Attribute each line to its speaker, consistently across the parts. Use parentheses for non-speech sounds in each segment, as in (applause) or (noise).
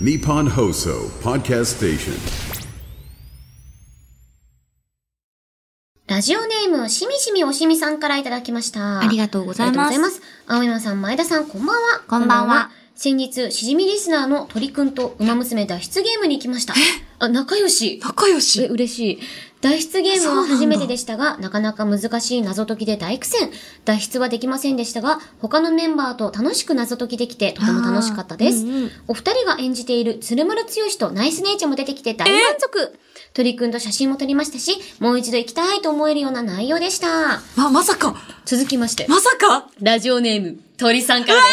Speaker 1: Nippon Hoso Podcast Station.
Speaker 2: ラジオネーム、しみしみおしみさんからいただきました。
Speaker 3: ありがとうございます
Speaker 2: ありがとうございます。青山さん、前田さん、こんばんは。
Speaker 3: こんばんは。
Speaker 2: 先日、しじみリスナーの鳥くんと馬娘脱出ゲームに行きました。あ、仲良し。
Speaker 3: 仲良
Speaker 2: え、
Speaker 3: し。
Speaker 2: 嬉しい。脱出ゲームは初めてでしたが、なかなか難しい謎解きで大苦戦。脱出はできませんでしたが、他のメンバーと楽しく謎解きできて、とても楽しかったです。
Speaker 3: あーうんうん
Speaker 2: お二人が演じている鶴丸剛とナイスネイチャーも出てきて大満足。鳥くんと写真も撮りましたし、もう一度行きたいと思えるような内容でした。
Speaker 3: ま、まさか、
Speaker 2: 続きまして、
Speaker 3: まさか
Speaker 2: ラジオネーム、鳥さんからです。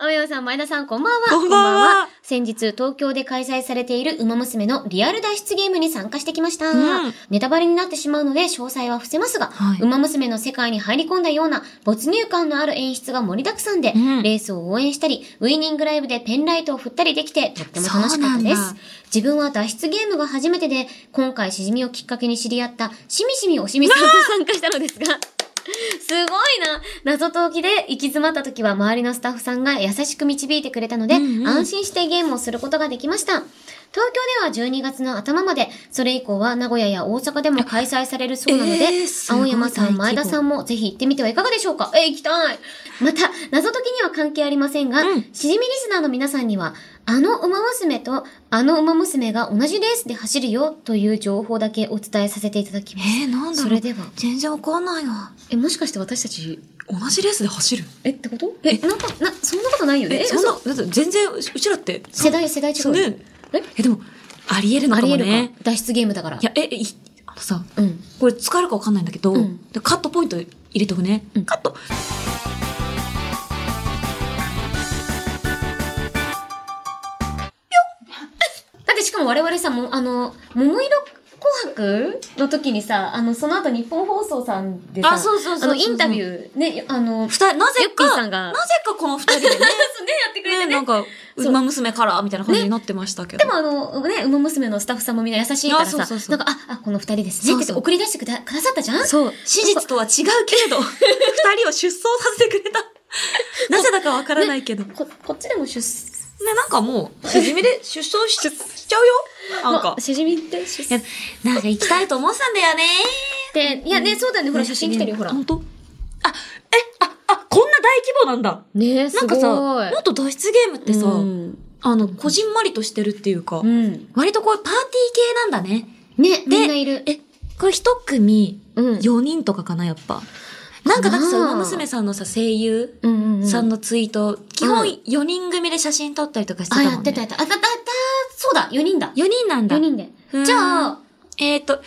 Speaker 2: 青山さん、前田さん、こんばんは。
Speaker 3: こんばんは
Speaker 2: 先日、東京で開催されている馬娘のリアル脱出ゲームに参加してきました。
Speaker 3: うん
Speaker 2: ネタバレになってしまうので、詳細は伏せますが、
Speaker 3: はい
Speaker 2: 馬娘の世界に入り込んだような没入感のある演出が盛りだくさんで、
Speaker 3: うん
Speaker 2: レースを応援したり、ウイニングライブでペンライトを振ったりできて、とっても楽しかったで
Speaker 3: そうな
Speaker 2: す
Speaker 3: んだ。
Speaker 2: 自分は脱出ゲームが初めてで、今回しじみをきっかけに知り合った、しみしみおしみさんと参加したのですが、すごいな謎解きで行き詰まった時は周りのスタッフさんが優しく導いてくれたので、
Speaker 3: うんうん
Speaker 2: 安心してゲームをすることができました。東京では12月の頭まで、それ以降は名古屋や大阪でも開催されるそうなので、
Speaker 3: えーすごい
Speaker 2: 青山さん、
Speaker 3: 大規模
Speaker 2: 前田さんもぜひ行ってみてはいかがでしょうかえー、行きたいまた、謎解きには関係ありませんが、
Speaker 3: うん
Speaker 2: しじみリスナーの皆さんには、あの馬娘とあの馬娘が同じレースで走るよという情報だけお伝えさせていただきます。
Speaker 3: えー、なんだろう。
Speaker 2: それでは
Speaker 3: 全然わかんないわ。
Speaker 2: え、もしかして私たち、
Speaker 3: 同じレースで走る
Speaker 2: え、ってことえ、なんか、な、そんなことないよね。
Speaker 3: え、
Speaker 2: え
Speaker 3: そん
Speaker 2: 嘘
Speaker 3: な、だって全然、うちらって。
Speaker 2: 世代、世代違うよ。
Speaker 3: ね
Speaker 2: え
Speaker 3: え、でも、ありえるの
Speaker 2: あ
Speaker 3: か
Speaker 2: り
Speaker 3: も
Speaker 2: える
Speaker 3: ね
Speaker 2: か。。脱出ゲームだから。
Speaker 3: いや、え、いあのさ、
Speaker 2: うん。
Speaker 3: これ使えるかわかんないんだけど、
Speaker 2: うん
Speaker 3: でカットポイント入れとくね。
Speaker 2: うん
Speaker 3: カット。
Speaker 2: だってしかも我々さ、もう、あの、桃色紅白の時にさ、あの、その後日本放送さんでさ、
Speaker 3: あそうそうそうそう
Speaker 2: あの、インタビュー、ね、あの、
Speaker 3: 二人、なぜ
Speaker 2: ゆっぴー
Speaker 3: か、
Speaker 2: さんが
Speaker 3: なぜかこの二人でね
Speaker 2: (laughs) そうね、やってくれて
Speaker 3: ね、
Speaker 2: ね。
Speaker 3: なんか、
Speaker 2: そう
Speaker 3: 馬娘カラーみたいな感じになってましたけど。
Speaker 2: でもあの、ね、馬娘のスタッフさんもみんな優しいからさ、
Speaker 3: あそうそうそう
Speaker 2: なんか、あ、あ、この二人ですね。
Speaker 3: そ
Speaker 2: っ
Speaker 3: うそう
Speaker 2: て言って送り出してくだくださったじゃん
Speaker 3: そう、史実とは違うけれ (laughs) ど、二人を出走させてくれた。なぜだかわからないけど。ね、
Speaker 2: こ、こっちでも出産。
Speaker 3: なんかもう、しじみで出走ししちゃうよ。なんか
Speaker 2: まあ。しじみって出
Speaker 3: いや
Speaker 2: 産。、
Speaker 3: なんか行きたいと思ってたんだよね。
Speaker 2: で、いやね、そうだよね、ほら、写真来てるよ、ほら。
Speaker 3: 本当あ、え、あ、あ、こんな大規模なんだ。
Speaker 2: ね
Speaker 3: なんかさ、もっと脱出ゲームってさ、
Speaker 2: うん。
Speaker 3: あの、こじんまりとしてるっていうか、
Speaker 2: うん
Speaker 3: 割とこうパーティー系なんだね。
Speaker 2: ね、
Speaker 3: で
Speaker 2: みんないる。
Speaker 3: え、これ一組
Speaker 2: うん
Speaker 3: 4人とかかな、やっぱ。なんかだってさ、
Speaker 2: かな
Speaker 3: 馬娘さんのさ、声優
Speaker 2: うんうんうん
Speaker 3: さんのツイート、基本
Speaker 2: うん
Speaker 3: 4人組で写真撮ったりとかしてた
Speaker 2: あ、
Speaker 3: もんね。
Speaker 2: やってたやってた。あ、だ、だ、だ、そうだ、4人だ。
Speaker 3: 4人なんだ。
Speaker 2: 4人で
Speaker 3: う。ん
Speaker 2: じゃあ、
Speaker 3: えーと、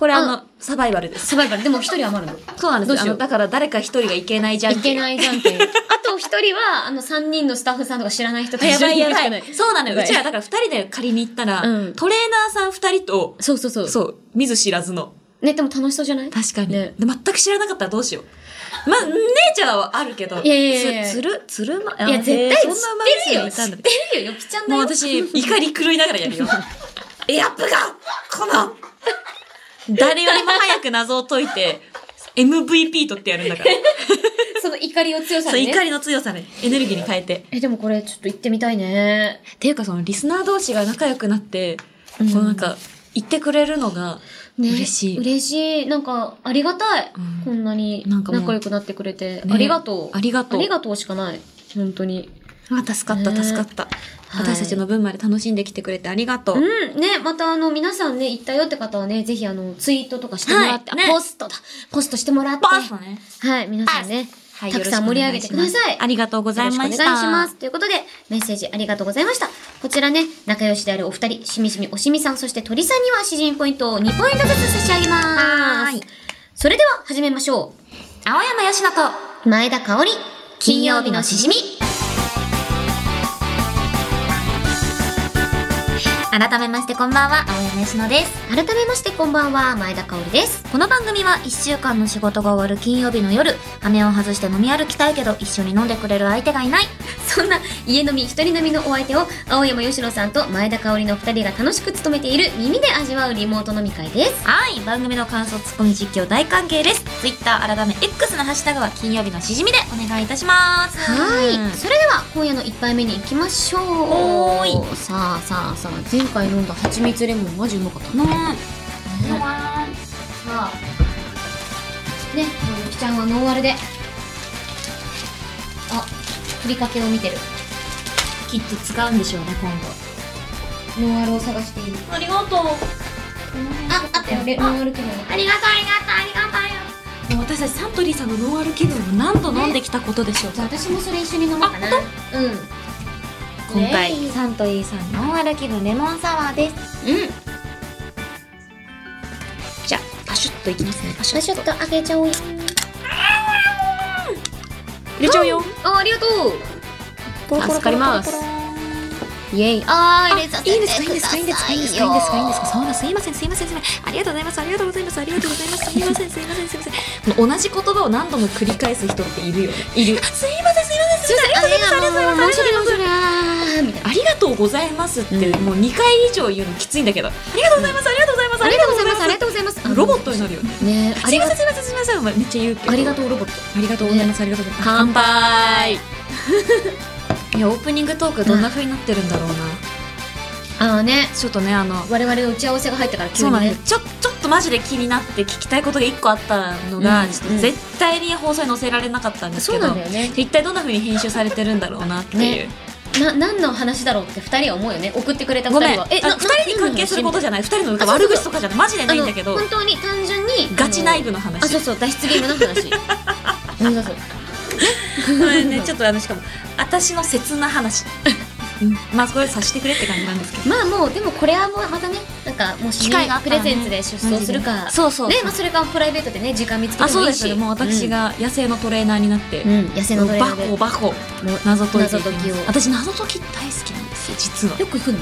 Speaker 3: これあの
Speaker 2: あ、
Speaker 3: サバイバルです。
Speaker 2: サバイバル。でも1人余るの。
Speaker 3: そうなんです
Speaker 2: ど
Speaker 3: よ
Speaker 2: うし
Speaker 3: あ
Speaker 2: よう
Speaker 3: のだから誰か一人がいけないじゃん
Speaker 2: いけないじゃんけん。あと1人は、あの、3人のスタッフさんとか知らない人と
Speaker 3: や
Speaker 2: 一緒
Speaker 3: ば
Speaker 2: に
Speaker 3: い
Speaker 2: 行
Speaker 3: や
Speaker 2: くし
Speaker 3: ば。
Speaker 2: かない
Speaker 3: そうなのよ。
Speaker 2: やば
Speaker 3: う
Speaker 2: い
Speaker 3: ちらだから二人で仮に行ったら、
Speaker 2: うん
Speaker 3: トレーナーさん二人と、
Speaker 2: そうそうそう。
Speaker 3: そう、見ず知らずの。
Speaker 2: ね、でも楽しそうじゃない
Speaker 3: 確かに、
Speaker 2: ね
Speaker 3: で全く知らなかったらどうしよう。まあ、姉ちゃんはあるけど、
Speaker 2: いやいやいや
Speaker 3: つつる、つるま、
Speaker 2: いや、絶対知ってるよ。知
Speaker 3: そんな馬娘がいた
Speaker 2: っ
Speaker 3: んだ
Speaker 2: てるよ。よきちゃんだ
Speaker 3: もう
Speaker 2: よ。
Speaker 3: (laughs) 私、怒り狂いながらやるよ。エアップがこの誰よりも早く謎を解いて、MVP 取ってやるん (laughs) だから。
Speaker 2: その怒りを強さ
Speaker 3: そう、
Speaker 2: に
Speaker 3: 怒
Speaker 2: ね。
Speaker 3: りの強さね、エネルギーに変えて。
Speaker 2: え、でもこれちょっと行ってみたいね。
Speaker 3: っていうかそのリスナー同士が仲良くなって、
Speaker 2: うん
Speaker 3: こうなんか言ってくれるのが
Speaker 2: ね
Speaker 3: 嬉しい、
Speaker 2: 嬉しい。なんか、ありがたい。
Speaker 3: うん
Speaker 2: こんなに
Speaker 3: なんかもう
Speaker 2: 仲良くなってくれて。
Speaker 3: ね
Speaker 2: ありがとう。
Speaker 3: ありがとう
Speaker 2: ありがとうしかない。本当に。
Speaker 3: あ助かった
Speaker 2: ね
Speaker 3: 助かった、
Speaker 2: はい
Speaker 3: 私たちの分まで楽しんできてくれてありがとう、
Speaker 2: うん。ね、またあの、皆さんね、行ったよって方はね、ぜひあの、ツイートとかしてもらって、
Speaker 3: はいね
Speaker 2: あポストだ。ポストしてもらって。
Speaker 3: パーッとね
Speaker 2: はい、皆さんね、
Speaker 3: はい
Speaker 2: たくさん盛り上げてください。
Speaker 3: ありがとうございました
Speaker 2: よろしくお願いします。ということで、メッセージありがとうございました。こちらね、仲良しであるお二人、しみしみおしみさん、そして鳥さんには詩人ポイントを2ポイントずつ差し上げます。
Speaker 3: はーい
Speaker 2: それでは、始めましょ
Speaker 3: 青山よしのと
Speaker 2: う。前田香織、金曜日のしじみ。
Speaker 3: 改めましてこんばんは青山よしのです
Speaker 2: 改めまして、こんばんは、前田香織です。
Speaker 3: この番組は1週間の仕事が終わる金曜日の夜羽を外して飲み歩きたいけど一緒に飲んでくれる相手がいない
Speaker 2: そんな、家飲み、一人飲みのお相手を、青山吉野さんと前田香織の二人が楽しく務めている、耳で味わうリモート飲み会です。
Speaker 3: はい番組の感想ツッコミ実況大歓迎です Twitter 改め X のハッシュタグは金曜日のしじみでお願いいたします
Speaker 2: はい、
Speaker 3: うん
Speaker 2: それでは今夜の1杯目に行きましょう
Speaker 3: おー
Speaker 2: さあさあさあ前回飲んだ蜂蜜レモンマジうまかったな、ね、さあねもうゆきちゃんはノンアルであふりかけを見てる
Speaker 3: きっと使うんでしょうね、今
Speaker 2: ノンアルを探している
Speaker 3: 度。ありがとう。
Speaker 2: ああったよレノンアル機能
Speaker 3: ありがとう、ありがとう、ありがとう。もう私たちサントリーさんのノンアル機能を何度飲んできたことでしょう。
Speaker 2: じゃあ私もそれ一緒に飲もうかなうんうん
Speaker 3: 今回、
Speaker 2: ね
Speaker 3: サントリーさんノンアル気分レモンサワーです。じゃあ、パシュッといきますね、パシュ
Speaker 2: パ
Speaker 3: ッ
Speaker 2: シ
Speaker 3: と。
Speaker 2: ュッと開けちゃおうよ
Speaker 3: 入れちゃうよ。
Speaker 2: あありがと
Speaker 3: ポロポロポロポロ
Speaker 2: 助かりますうイエイあー入れさせて
Speaker 3: いいん
Speaker 2: く
Speaker 3: で
Speaker 2: ださ
Speaker 3: す
Speaker 2: い
Speaker 3: かいい
Speaker 2: よ
Speaker 3: んですかいいんですかいいんですかいいんですかいいんですかそんなすいませんすいませんすいませんありがとうございますありがとうございますありがとうございますすいませんすいませんすいません同じ言葉を何度も繰り返す人っているよねいるすいませんすいませんすいません
Speaker 2: あれが
Speaker 3: ありがとうござい
Speaker 2: もう
Speaker 3: ま
Speaker 2: 申し
Speaker 3: すあり
Speaker 2: 訳
Speaker 3: がとうございます
Speaker 2: ございませんみたいな
Speaker 3: ありがとうございますって
Speaker 2: うん
Speaker 3: もう2回以上言うのきついんだけどありがとうございますありがとうございます
Speaker 2: ありがとうございますありがと
Speaker 3: と
Speaker 2: うございますあの
Speaker 3: ロボットになるよ
Speaker 2: ね
Speaker 3: ね
Speaker 2: あ
Speaker 3: す
Speaker 2: り
Speaker 3: いま
Speaker 2: が
Speaker 3: せんすいませんすいませんお前めっちゃ言うけど
Speaker 2: ありがとうロボット
Speaker 3: ありがとうございますありがとうございます乾杯いやオープニングトークどんな風になってるんだろうな
Speaker 2: あのね
Speaker 3: ちょっとねあの
Speaker 2: 我々の打ち合わせが入ったから急
Speaker 3: そう
Speaker 2: に
Speaker 3: なんで
Speaker 2: ね
Speaker 3: すちょちょっとマジで気になって聞きたいことが1個あったのが、
Speaker 2: うん
Speaker 3: ちょっと絶対に放送に載せられなかったんです
Speaker 2: そ
Speaker 3: け
Speaker 2: うな
Speaker 3: ど
Speaker 2: んだよね
Speaker 3: 一体どんな風に編集されてるんだろうなっていう、
Speaker 2: ねな何の話だろうって二人は思うよね送ってくれた二
Speaker 3: ごめん
Speaker 2: 人
Speaker 3: あ
Speaker 2: は
Speaker 3: 2人に関係することじゃない2人のなんか悪口とかじゃないマジでないんだけど
Speaker 2: 本当に単純に
Speaker 3: ガチ内
Speaker 2: 部
Speaker 3: 部の
Speaker 2: あ
Speaker 3: 話
Speaker 2: そうそう脱出ゲームの
Speaker 3: (laughs)
Speaker 2: 話うんそうそう
Speaker 3: ごめんねちょっとあのしかも私の切な話うんまあそれさしてくれって感じなんですけど
Speaker 2: まあもうでもこれはもうまたねなんかもう
Speaker 3: 機会があった
Speaker 2: プレ
Speaker 3: らね
Speaker 2: ゼンツで出走するか
Speaker 3: そうそう
Speaker 2: ねまあそれかプライベートでね時間見つけ
Speaker 3: あ
Speaker 2: ても
Speaker 3: そう
Speaker 2: いい
Speaker 3: です
Speaker 2: し
Speaker 3: よもう私が野生のトレーナーになって、
Speaker 2: うんうん野生のトレーナーで
Speaker 3: バコバコ
Speaker 2: もう
Speaker 3: 謎解いていき
Speaker 2: 謎解きを
Speaker 3: ます私謎解き大好きなんですよ実は
Speaker 2: よく行くの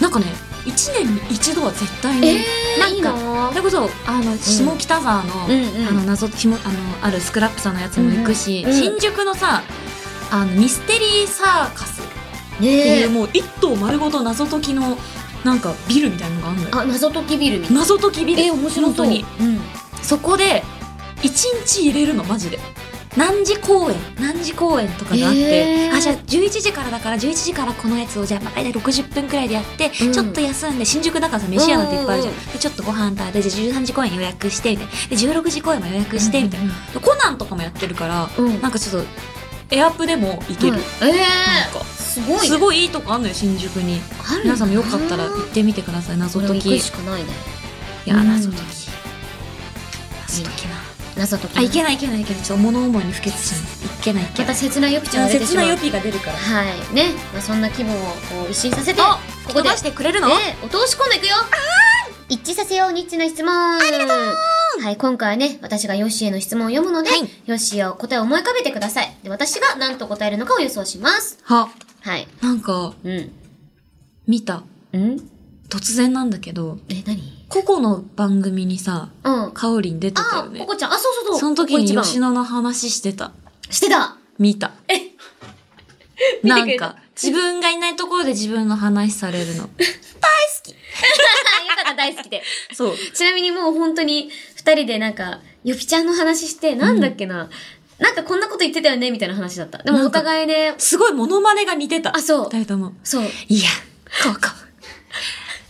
Speaker 3: なんかね1年に一度は絶対に、
Speaker 2: えー
Speaker 3: なんか
Speaker 2: いいな
Speaker 3: それこそあの下北沢の,、
Speaker 2: うん
Speaker 3: あの
Speaker 2: うん
Speaker 3: 謎ひもあのあるスクラップさんのやつも行くし、
Speaker 2: うんうん
Speaker 3: 新宿のさあのミステリーサーカスって
Speaker 2: ね
Speaker 3: い
Speaker 2: え
Speaker 3: う、もう一棟丸ごと謎解きのなんかビルみたいなのがあるのよ
Speaker 2: あ謎解きビルみたいな
Speaker 3: 謎解きビル
Speaker 2: えー面白そう
Speaker 3: 本当に
Speaker 2: うん
Speaker 3: そこで1日入れるのマジで何時公演何時公演とかがあって、
Speaker 2: へー
Speaker 3: あじゃあ11時からだから11時からこのやつをじゃあまあ大体60分くらいでやって、
Speaker 2: うん
Speaker 3: ちょっと休んで新宿だからさ飯屋なんていっぱいあるじゃん
Speaker 2: うん
Speaker 3: でちょっとご飯食べてじゃあ13時公演予約してみたいなで16時公演も予約してみたいな、
Speaker 2: な
Speaker 3: でコナンとかもやってるから
Speaker 2: うん
Speaker 3: なんかちょっとエアプでも行け
Speaker 2: う
Speaker 3: る、
Speaker 2: んえ
Speaker 3: なんか
Speaker 2: えすごいね
Speaker 3: すごいいいとこあんのよ新宿に
Speaker 2: ある
Speaker 3: 皆さんもよかったら行ってみてください謎
Speaker 2: 俺も
Speaker 3: 解
Speaker 2: 行
Speaker 3: き
Speaker 2: く
Speaker 3: い
Speaker 2: しかないね
Speaker 3: や
Speaker 2: うん
Speaker 3: 謎解き謎解きな
Speaker 2: 謎解き
Speaker 3: あ、いけないいけないいけない。ちょっと物思いに不潔しない。いけないいけ
Speaker 2: ま
Speaker 3: な
Speaker 2: た
Speaker 3: い。
Speaker 2: 切ないよぴちゃんが出てしまう
Speaker 3: ピが出るから
Speaker 2: はいね、まあ、そんな気分をこう一新させて
Speaker 3: あ
Speaker 2: ここ
Speaker 3: ここ
Speaker 2: で
Speaker 3: 出してくれるの
Speaker 2: ね、お通しコーナーいくよ一致させようニッチな質問ありがとうはい、今回はね、私がヨッシーへの質問を読むので、
Speaker 3: はい
Speaker 2: ヨッシーは答えを思い浮かべてください。で、私が何と答えるのかを予想します。
Speaker 3: は、
Speaker 2: はい。
Speaker 3: なんか、
Speaker 2: うん。
Speaker 3: 見た。
Speaker 2: うん
Speaker 3: 突然なんだけど、
Speaker 2: え、何
Speaker 3: ココの番組にさ、
Speaker 2: うん。
Speaker 3: カオリン出てたよ
Speaker 2: あ、
Speaker 3: ね
Speaker 2: こ。こちゃん。あ、そうそうそう。
Speaker 3: その時
Speaker 2: ここ
Speaker 3: に
Speaker 2: 一番
Speaker 3: 吉野の話してた。
Speaker 2: して (laughs) た。
Speaker 3: 見た。 (laughs)
Speaker 2: え
Speaker 3: な
Speaker 2: 見て
Speaker 3: ん
Speaker 2: くれた
Speaker 3: か、自分がいないところで自分の話されるの。
Speaker 2: よかった、大好きで。
Speaker 3: (laughs) そう。
Speaker 2: ちなみにもう本当に二人でなんか、よぴちゃんの話して、なんだっけな、なんかこんなこと言ってたよねみたいな話だった。でも
Speaker 3: な
Speaker 2: お
Speaker 3: んか
Speaker 2: 互いね、
Speaker 3: すごいモノマネが似てた。
Speaker 2: あそう
Speaker 3: 二人とも。
Speaker 2: そう。
Speaker 3: いや、ここ、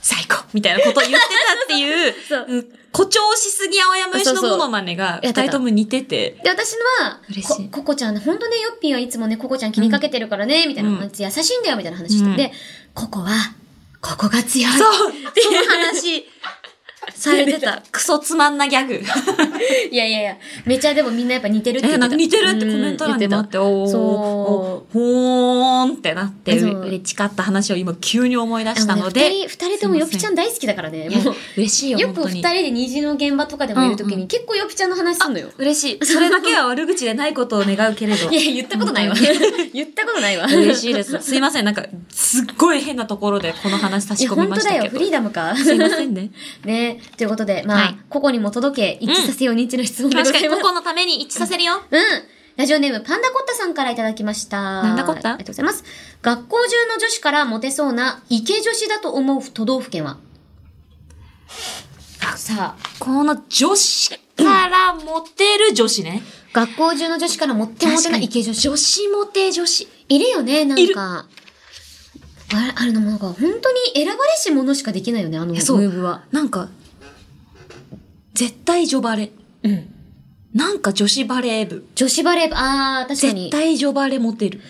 Speaker 3: 最高みたいなことを言ってたって (laughs) いう、
Speaker 2: そう
Speaker 3: うん誇張しすぎ青山吉のモノマネが
Speaker 2: そうそう
Speaker 3: 二人とも似てて、
Speaker 2: で、私のは
Speaker 3: 嬉、し
Speaker 2: こ
Speaker 3: い
Speaker 2: ここちゃんね、ほんとね、よっぴーはいつもね、ここちゃん気にかけてるからね、みたいな、
Speaker 3: うん
Speaker 2: あいつ優しいんだよ、みたいな話して、
Speaker 3: うん
Speaker 2: で、ここは、ここが強い。
Speaker 3: (laughs) そう
Speaker 2: っていう話。
Speaker 3: されてた、クソつまんなギ
Speaker 2: (laughs)
Speaker 3: ャグ。
Speaker 2: いやいやいや、めちゃでもみんなやっぱ似てるって言
Speaker 3: え、
Speaker 2: っ
Speaker 3: な
Speaker 2: てた。
Speaker 3: んか似てるってコメント欄で
Speaker 2: も
Speaker 3: もあって、おー、
Speaker 2: そ
Speaker 3: おほーんってなって、
Speaker 2: そう
Speaker 3: う嬉しかった話を今急に思い出したの
Speaker 2: あね
Speaker 3: で、
Speaker 2: 二人、二人ともよぴちゃん大好きだからね、もう。
Speaker 3: 嬉しいよ、
Speaker 2: よ
Speaker 3: 本
Speaker 2: く
Speaker 3: 当
Speaker 2: 二
Speaker 3: に。
Speaker 2: 人で虹の現場とかでもいるときに、
Speaker 3: うんう
Speaker 2: 結構よぴちゃんの話すんのよ。
Speaker 3: 嬉しい。それだけは悪口でないことを願うけれど。
Speaker 2: いや、 (laughs) 言ったことないわ
Speaker 3: 本当に。
Speaker 2: (laughs) 言ったことないわ。
Speaker 3: 嬉
Speaker 2: (laughs)
Speaker 3: しいです。すいません。なんか、すっごい変なところでこの話差
Speaker 2: い
Speaker 3: し
Speaker 2: や、
Speaker 3: 込み
Speaker 2: 本
Speaker 3: ま
Speaker 2: 当
Speaker 3: した
Speaker 2: だ
Speaker 3: け
Speaker 2: よ。
Speaker 3: ど。
Speaker 2: フリーダム (laughs) か。
Speaker 3: すいませんね。
Speaker 2: ねということで、まあ、
Speaker 3: はい
Speaker 2: ここにも届け、一致させよう、認知の質問でござ
Speaker 3: 確か
Speaker 2: い
Speaker 3: に、
Speaker 2: ま
Speaker 3: こ
Speaker 2: す。
Speaker 3: このために一致させるよ。
Speaker 2: うん。ラジオネーム、パンダコッタさんからいただきました。
Speaker 3: パンダコッタ
Speaker 2: ありがとうございます。学校中の女子からモテそうな、イケ女子だと思う都道府県は
Speaker 3: 学
Speaker 2: さあ、
Speaker 3: この女子からモテる女子ね。
Speaker 2: 学校中の女子からもってもてないイケ女子。
Speaker 3: 女子モテ女子。
Speaker 2: いるよね、なん
Speaker 3: いる
Speaker 2: か。ああるのもなんか、本当に選ばれし者しかできないよね、あのム
Speaker 3: いやそう
Speaker 2: ーブは。
Speaker 3: なんか、絶対女バレ。
Speaker 2: うん。
Speaker 3: なんか女子バレー部。
Speaker 2: 女子バレー部、あー、確か
Speaker 3: 絶
Speaker 2: に。
Speaker 3: 対女バレモテる。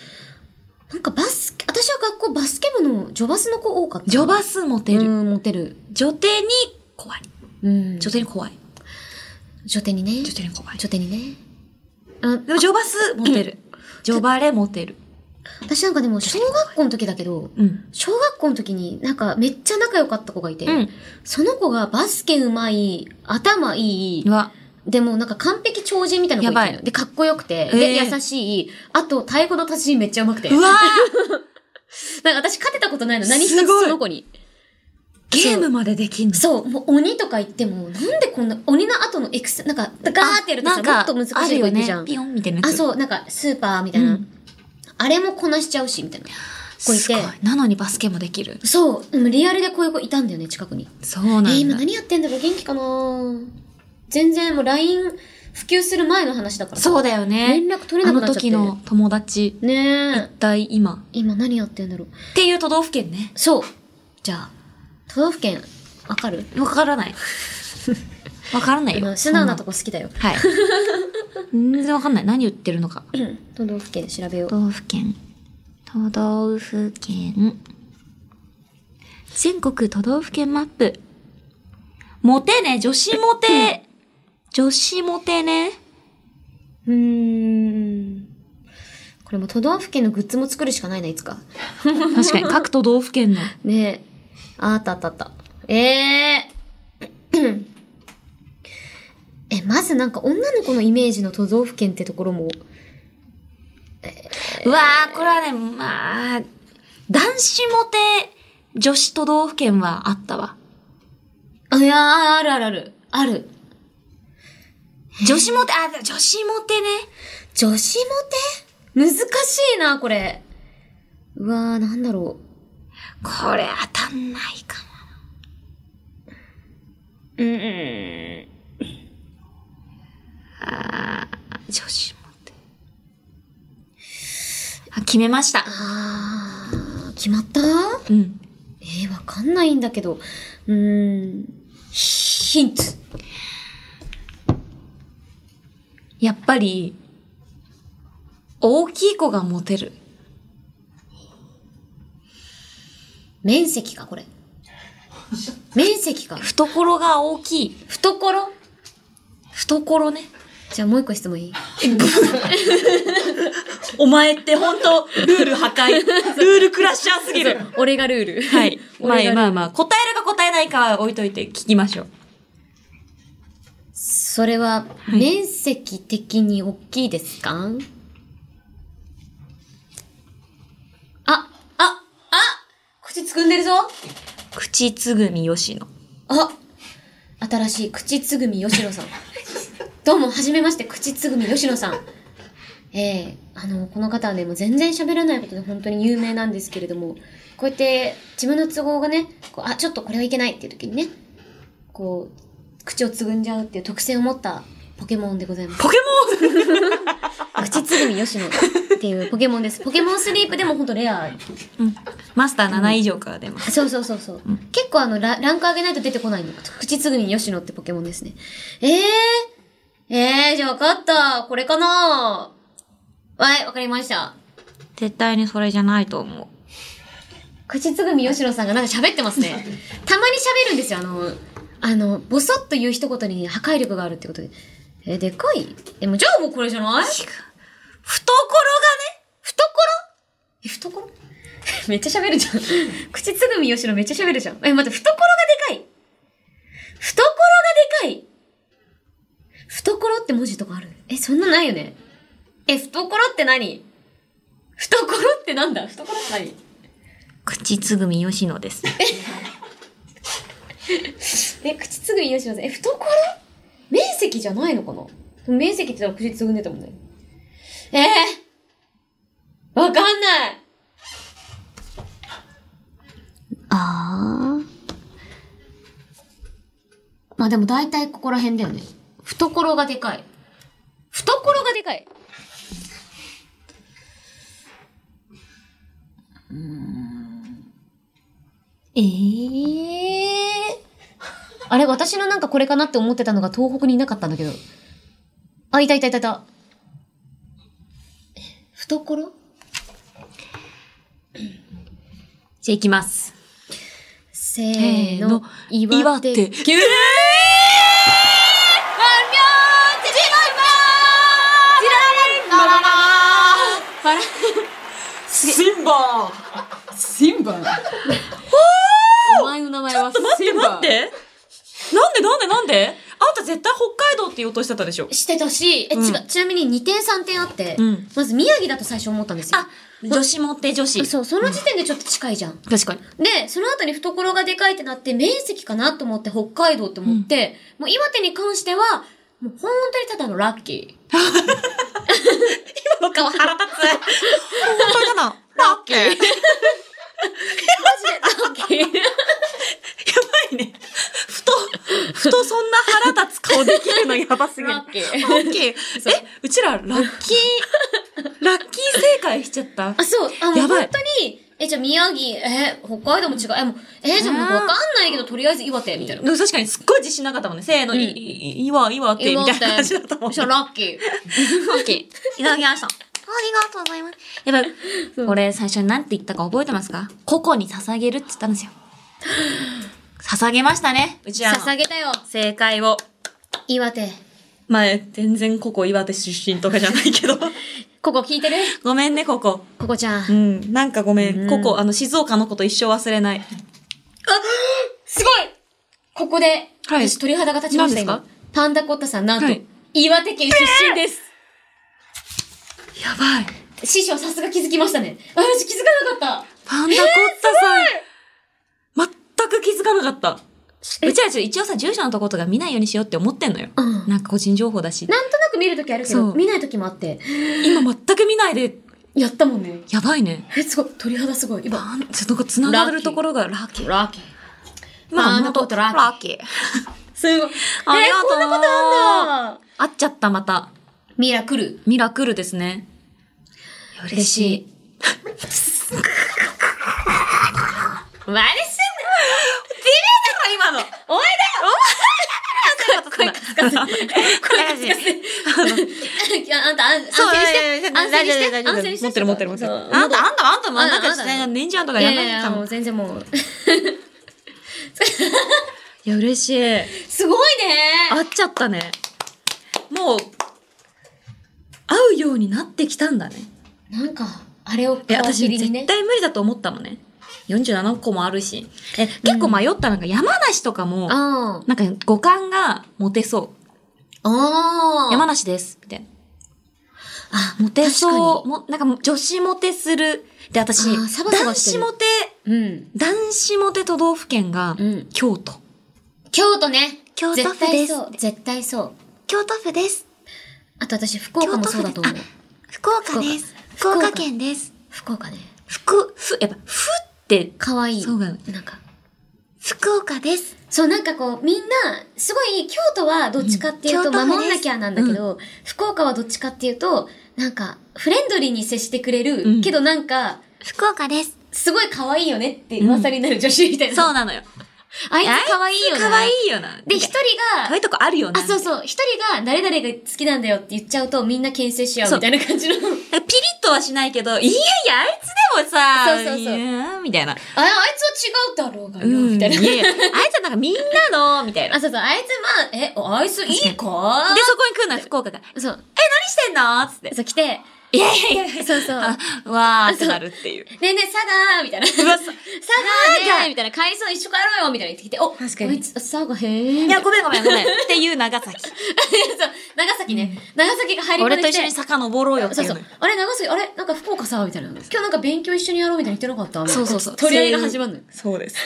Speaker 2: なんかバスケ、私は学校バスケ部の女バスの子多かった。
Speaker 3: 女バスモテ
Speaker 2: う
Speaker 3: る。
Speaker 2: ん、モテる。
Speaker 3: 女帝に怖い。
Speaker 2: うん。
Speaker 3: 女帝に怖い。
Speaker 2: 女手にね。
Speaker 3: 女帝に怖い。
Speaker 2: 女手にね。あ
Speaker 3: でも女バスモテる。女バレモテる。
Speaker 2: 私なんかでも、小学校の時だけど、
Speaker 3: うん。
Speaker 2: 小学校の時になんかめっちゃ仲良かった子がいて、
Speaker 3: うん
Speaker 2: その子がバスケうまい、頭いい、
Speaker 3: は、
Speaker 2: でもなんか完璧超人みたいな子がい
Speaker 3: や
Speaker 2: て
Speaker 3: ばい
Speaker 2: で、かっこよくて、
Speaker 3: え
Speaker 2: で、
Speaker 3: え
Speaker 2: 優しい、あと、太鼓の達人めっちゃうまくて。
Speaker 3: うわ
Speaker 2: なんか私勝てたことないの、何一
Speaker 3: す
Speaker 2: つ
Speaker 3: ごい
Speaker 2: その子に。
Speaker 3: ーゲームまでできんの
Speaker 2: そう、もう鬼とか言っても、なんでこんな、鬼の後のエクス、なんか、ガーってやるとさ、もっと難しい子いるじゃん。
Speaker 3: ピヨンみたいなやつ。
Speaker 2: あ、そう、なんか、スーパーみた
Speaker 3: う
Speaker 2: い
Speaker 3: ん。
Speaker 2: な、あれもこなしちゃうし、みたいな子い
Speaker 3: すごい
Speaker 2: て。
Speaker 3: なのにバスケもできる。
Speaker 2: そう、でもリアルでこういう子いたんだよね、近くに。
Speaker 3: そうなんだ。
Speaker 2: えー今何やってんだろう元気かな全然もう LINE 普及する前の話だから。
Speaker 3: そうだよね
Speaker 2: 連。絡取れなくなっちゃって。
Speaker 3: あの時の友達、
Speaker 2: ねえ。
Speaker 3: 大今。
Speaker 2: 今何やってんだろう
Speaker 3: っていう都道府県ね。
Speaker 2: そう。じゃあ、都道府県、わかる
Speaker 3: わか
Speaker 2: (laughs)
Speaker 3: らない。わからない
Speaker 2: 今
Speaker 3: よ。
Speaker 2: 素直な
Speaker 3: そ
Speaker 2: と
Speaker 3: ん
Speaker 2: こ好きだよ。
Speaker 3: な。はい。
Speaker 2: (laughs)
Speaker 3: 全然わかんない。何言ってるのか。
Speaker 2: 都道府県調べよう。
Speaker 3: 都道府県。都道府県。全国都道府県マップ。モテね、女子モ
Speaker 2: (laughs)
Speaker 3: テ。女子モテね。
Speaker 2: うーん。これもう都道府県のグッズも作るしかないな、いつか。
Speaker 3: 確かに、各都道府県の。
Speaker 2: ねえ。ああったあったあった。ええーえ、まずなんか女の子のイメージの都道府県ってところも、
Speaker 3: うわー、これはね、まあ、男子モテ、女子都道府県はあったわ。
Speaker 2: あ、いやー、あるあるある。ある。
Speaker 3: 女子モテ、あ、女子モテね。
Speaker 2: 女子モテ難しいな、これ。うわー、なんだろ
Speaker 3: これ当たんないかも。
Speaker 2: う。うんうん。
Speaker 3: 女子モテ。あ、決めました。
Speaker 2: あー、決まった
Speaker 3: うん。
Speaker 2: えー、わかんないんだけど。うーん。ヒント。
Speaker 3: やっぱり、大きい子がモテる。
Speaker 2: 面積か、これ。面積か。
Speaker 3: 懐が大きい。
Speaker 2: 懐
Speaker 3: 懐ね。
Speaker 2: じゃあもう一個質問いい
Speaker 3: お前って本当ルール破壊。 (laughs) ルールクラッシャーすぎる。
Speaker 2: 俺がルール。
Speaker 3: はい。ま
Speaker 2: 俺が
Speaker 3: あまあまあ、答えるか答えないかは置いといて聞きましょう。
Speaker 2: それは、
Speaker 3: い
Speaker 2: 面積的に大きいですか、あ、あ、あ口つくんでるぞ
Speaker 3: 口つぐみよしの。
Speaker 2: あ新しい口つぐみよしのさん。どうも、はじめまして、口つぐみよしのさん。ええあの、この方はね、もう全然喋らないことで本当に有名なんですけれども、こうやって自分の都合がね、こうあ、ちょっとこれはいけないっていう時にね、こう、口をつぐんじゃうっていう特性を持ったポケモンでございます。
Speaker 3: ポケモン
Speaker 2: 口つぐみよしのっていうポケモンです。ポケモンスリープでも本当レア。
Speaker 3: マスター7以上から出ます。
Speaker 2: そうそうそうそう。結構あのラ、ランク上げないと出てこないの。口つぐみよしのってポケモンですね。えー、えー、じゃあ分かった。これかなはい、わかりました。
Speaker 3: 絶対にそれじゃないと思う。
Speaker 2: 口つぐみよしのさんがなんか喋ってますね。たまに喋るんですよ。あの、あの、ボソッと言う一言に破壊力があるってことで。えー、でかいでもじゃあもうこれじゃない
Speaker 3: 懐
Speaker 2: 懐え、懐 (laughs) めっちゃ喋るじゃん。口つぐみよしのめっちゃ喋るじゃん。え、待って、懐がでかい懐がでかい懐って文字とかあるえ、そんなないよね。え、懐って何懐ってなんだ懐って何
Speaker 3: がね、口つぐみよしのです。
Speaker 2: え、口つぐみよしのさん。え、懐面積じゃないのかなでも面積って言ったら口つぐんでたもんね。えー、わかんない
Speaker 3: あー。
Speaker 2: まあでも大体ここら辺だよね。懐がでかい。懐がでかい。ええあれ、私のなんかこれかなって思ってたのが東北にいなかったんだけど。あ、いたいたいたいた。え懐
Speaker 3: じゃあ行きます。
Speaker 2: せ
Speaker 3: ー
Speaker 2: ー
Speaker 3: の
Speaker 2: の。
Speaker 3: 岩手。
Speaker 2: 完了
Speaker 3: ぎゅーあら
Speaker 4: シンバシンバ
Speaker 2: お前の名前
Speaker 3: ちょ
Speaker 2: は
Speaker 3: っと待って
Speaker 4: シンバ
Speaker 3: 待って。なんでなんでなんであんた絶対北海道って言おうとしてたでしょ。
Speaker 2: してたし、え、
Speaker 3: うん
Speaker 2: 違う、ちなみに2点3点あって、
Speaker 3: うん
Speaker 2: まず宮城だと最初思ったんですよ。
Speaker 3: 女子持って女子
Speaker 2: そう、その時点でちょっと近いじゃん。
Speaker 3: 確かに。
Speaker 2: で、その後に懐がでかいってなって、面積かなと思って北海道って思って、もう岩手に関しては、もう本当にただのラッ (laughs) キー。今の顔腹立つ。
Speaker 3: 本当かなラッキー。や
Speaker 2: マジでラッキー。
Speaker 3: ばいね。ふと、ふとそんな腹立つ顔できるのやばすぎる。
Speaker 2: ラッキー
Speaker 3: ラッキー。え、うちらラッキ (laughs) ー、ラッキー正解しちゃった
Speaker 2: あ、。そう、あの、
Speaker 3: やばい
Speaker 2: 本当に、え、じゃあ宮城、え、北海道も違う、え、もう、え、じゃあもうわかんないけど、とりあえず岩手、みたいな。
Speaker 3: 確かにすっごい自信なかったもんね。せーの、
Speaker 2: うん
Speaker 3: いい、いいわ、いいわって、みたいな感じだったもん
Speaker 2: そしたらラッキー。 (laughs)
Speaker 3: ッキー。いただきました。ありがとうございます。やっぱ、これ最初に何て言ったか覚えてますか個々に捧げるって言ったんですよ。捧げましたね。うちらの
Speaker 2: 捧げたよ。
Speaker 3: 正解を。
Speaker 2: 岩手。
Speaker 3: 前、全然ここ岩手出身とかじゃないけど。
Speaker 2: ここ聞いてる
Speaker 3: ごめんね、ここ。
Speaker 2: ここちゃん。
Speaker 3: うん。なんかごめん。ここ、あの、静岡のこと一生忘れない。
Speaker 2: すごいここで、
Speaker 3: はい
Speaker 2: 私鳥肌が立ちました、
Speaker 3: 何
Speaker 2: 今
Speaker 3: で。
Speaker 2: パンダコッタさん、なんと、
Speaker 3: はい
Speaker 2: 岩手県出身です。
Speaker 3: やばい。
Speaker 2: 師匠、さすが気づきましたね。私気づかなかっ
Speaker 3: パンダコッタさん、全く気づかなかった。うちらちょっと一応さ、住所のとことか見ないようにしようって思ってんのよ。
Speaker 2: うん。。
Speaker 3: なんか個人情報だした
Speaker 2: なんとなく見るときあるけ
Speaker 3: そ
Speaker 2: ど、
Speaker 3: う
Speaker 2: 見ないときもあって、
Speaker 3: 今全く見ないで、
Speaker 2: やったもんね。
Speaker 3: やばいね。
Speaker 2: え、すごい。鳥肌すごい。今。
Speaker 3: パン、ちょっとなんか繋がるところがラッキー。
Speaker 2: ラッキー。
Speaker 3: ま
Speaker 2: パ
Speaker 3: あ
Speaker 2: ンダコッタラッキー
Speaker 3: ラッキー。
Speaker 2: すごい。
Speaker 3: ありがと
Speaker 2: え、
Speaker 3: う
Speaker 2: こんなことあんだ
Speaker 3: 会っちゃったまた。
Speaker 2: ミラクル。
Speaker 3: ミラクルですね。嬉しい。
Speaker 2: マリス (laughs)
Speaker 3: 今 (laughs) の。
Speaker 2: お前 (laughs)
Speaker 3: 声かかっ
Speaker 2: だ
Speaker 3: た。
Speaker 2: よいやあんた、あん安静して。安静にして。安静にして。
Speaker 3: 持ってる持ってる持ってる。
Speaker 2: そう
Speaker 3: あんた、あんた、あんた、
Speaker 2: あ
Speaker 3: あんた、
Speaker 2: んた
Speaker 3: 年じゃんとか
Speaker 2: い
Speaker 3: や
Speaker 2: や
Speaker 3: ん
Speaker 2: い
Speaker 3: ない
Speaker 2: やい
Speaker 3: 多
Speaker 2: や、
Speaker 3: 分
Speaker 2: もう全然もう。 (laughs)
Speaker 3: いや、嬉しい。会
Speaker 2: すごいね
Speaker 3: っちゃったね。もう、会うようになってきたんだね。
Speaker 2: なんか、あれを
Speaker 3: え、
Speaker 2: 皮切
Speaker 3: 私
Speaker 2: りに
Speaker 3: 絶
Speaker 2: ね。
Speaker 3: 対無理だと思ったのね。47個もあるし。え、結構迷ったのが山梨とかも、
Speaker 2: あー
Speaker 3: なんか五感が持てそう。
Speaker 2: あー。
Speaker 3: 山梨です。みたいな。
Speaker 2: あ、
Speaker 3: モテそう。
Speaker 2: 確
Speaker 3: も、なんかもう女子モテする。で、私、
Speaker 2: あーサバサバ
Speaker 3: 男
Speaker 2: して
Speaker 3: 子
Speaker 2: る
Speaker 3: モテ、
Speaker 2: かに。うん。
Speaker 3: 男子モテ都道府県が
Speaker 2: うん、
Speaker 3: 京都。
Speaker 2: 京都ね。
Speaker 3: 京都府
Speaker 2: 絶対
Speaker 3: です
Speaker 2: そう。絶対そう。
Speaker 3: 京都府です。
Speaker 2: あと私、福岡もそうだと思う
Speaker 3: 京都。福岡
Speaker 2: です。
Speaker 3: 福
Speaker 2: 岡
Speaker 3: 県です。
Speaker 2: 福岡ね。
Speaker 3: 福、ふ、やっぱ、ふって、
Speaker 2: かわいい。
Speaker 3: そうだ
Speaker 2: な
Speaker 3: ね
Speaker 2: んか。
Speaker 3: 福岡です。
Speaker 2: そう、なんかこう、みんな、すごい、京都はどっちかっていうと、
Speaker 3: うん京都派
Speaker 2: 守んなきゃなんだけど、福岡はどっちかっていうと、なんか、フレンドリーに接してくれる、
Speaker 3: うん
Speaker 2: けどなんか、
Speaker 3: 福岡です。
Speaker 2: すごい可愛いよねって噂になる女子みたいな。
Speaker 3: そうなのよ。
Speaker 2: あいつ可愛いよね。
Speaker 3: 可愛いよな。
Speaker 2: で、一人
Speaker 3: 可
Speaker 2: が
Speaker 3: 愛い、とこあるよね。
Speaker 2: あ、そうそう、一人が、誰々が好きなんだよって言っちゃうと、みんな牽制し合う
Speaker 3: そう
Speaker 2: みたいな感
Speaker 3: (laughs)
Speaker 2: じの。
Speaker 3: ピリッとはしないけど、いやいや、あいつでもさ、
Speaker 2: そうそうそう
Speaker 3: ーんみたいな。
Speaker 2: あ、あいつは違うだろうがよ、み
Speaker 3: (laughs)
Speaker 2: たいな。
Speaker 3: うんいやいや、あいつはなんかみんなの、みたいな。
Speaker 2: あ、
Speaker 3: で、
Speaker 2: そうそう、あいつ、まあ、え、おあいついいか
Speaker 3: そこに来るのは福岡が、え、
Speaker 2: そう、
Speaker 3: 何してんのつって。
Speaker 2: そう、来て、
Speaker 3: いやいやいや、
Speaker 2: そうそう。
Speaker 3: あわーってなるっていう。
Speaker 2: ねえねえ、サダーみたいな。サ
Speaker 3: う
Speaker 2: ダ
Speaker 3: わ
Speaker 2: ー
Speaker 3: さ
Speaker 2: ねみたいな。海藻一緒帰ろうよみたいな言ってきて、お
Speaker 3: 確かに
Speaker 2: あいつ、サガへー。(laughs)
Speaker 3: いや、ごめんごめんごめん。っていう長崎。
Speaker 2: そう、長崎ね。長崎が入り込ん
Speaker 3: (laughs) 俺
Speaker 2: で
Speaker 3: と
Speaker 2: き
Speaker 3: 一
Speaker 2: て。
Speaker 3: 緒に遡ろうよって
Speaker 2: そ
Speaker 3: いうう
Speaker 2: そ
Speaker 3: の
Speaker 2: う
Speaker 3: よ。。
Speaker 2: あれ、長崎、あれなんか福岡さ、みたいな。今日なんか勉強一緒にやろうみたいな言ってなかった
Speaker 3: そうそうそう
Speaker 2: 取り合いが始まるのよ。
Speaker 3: そうです。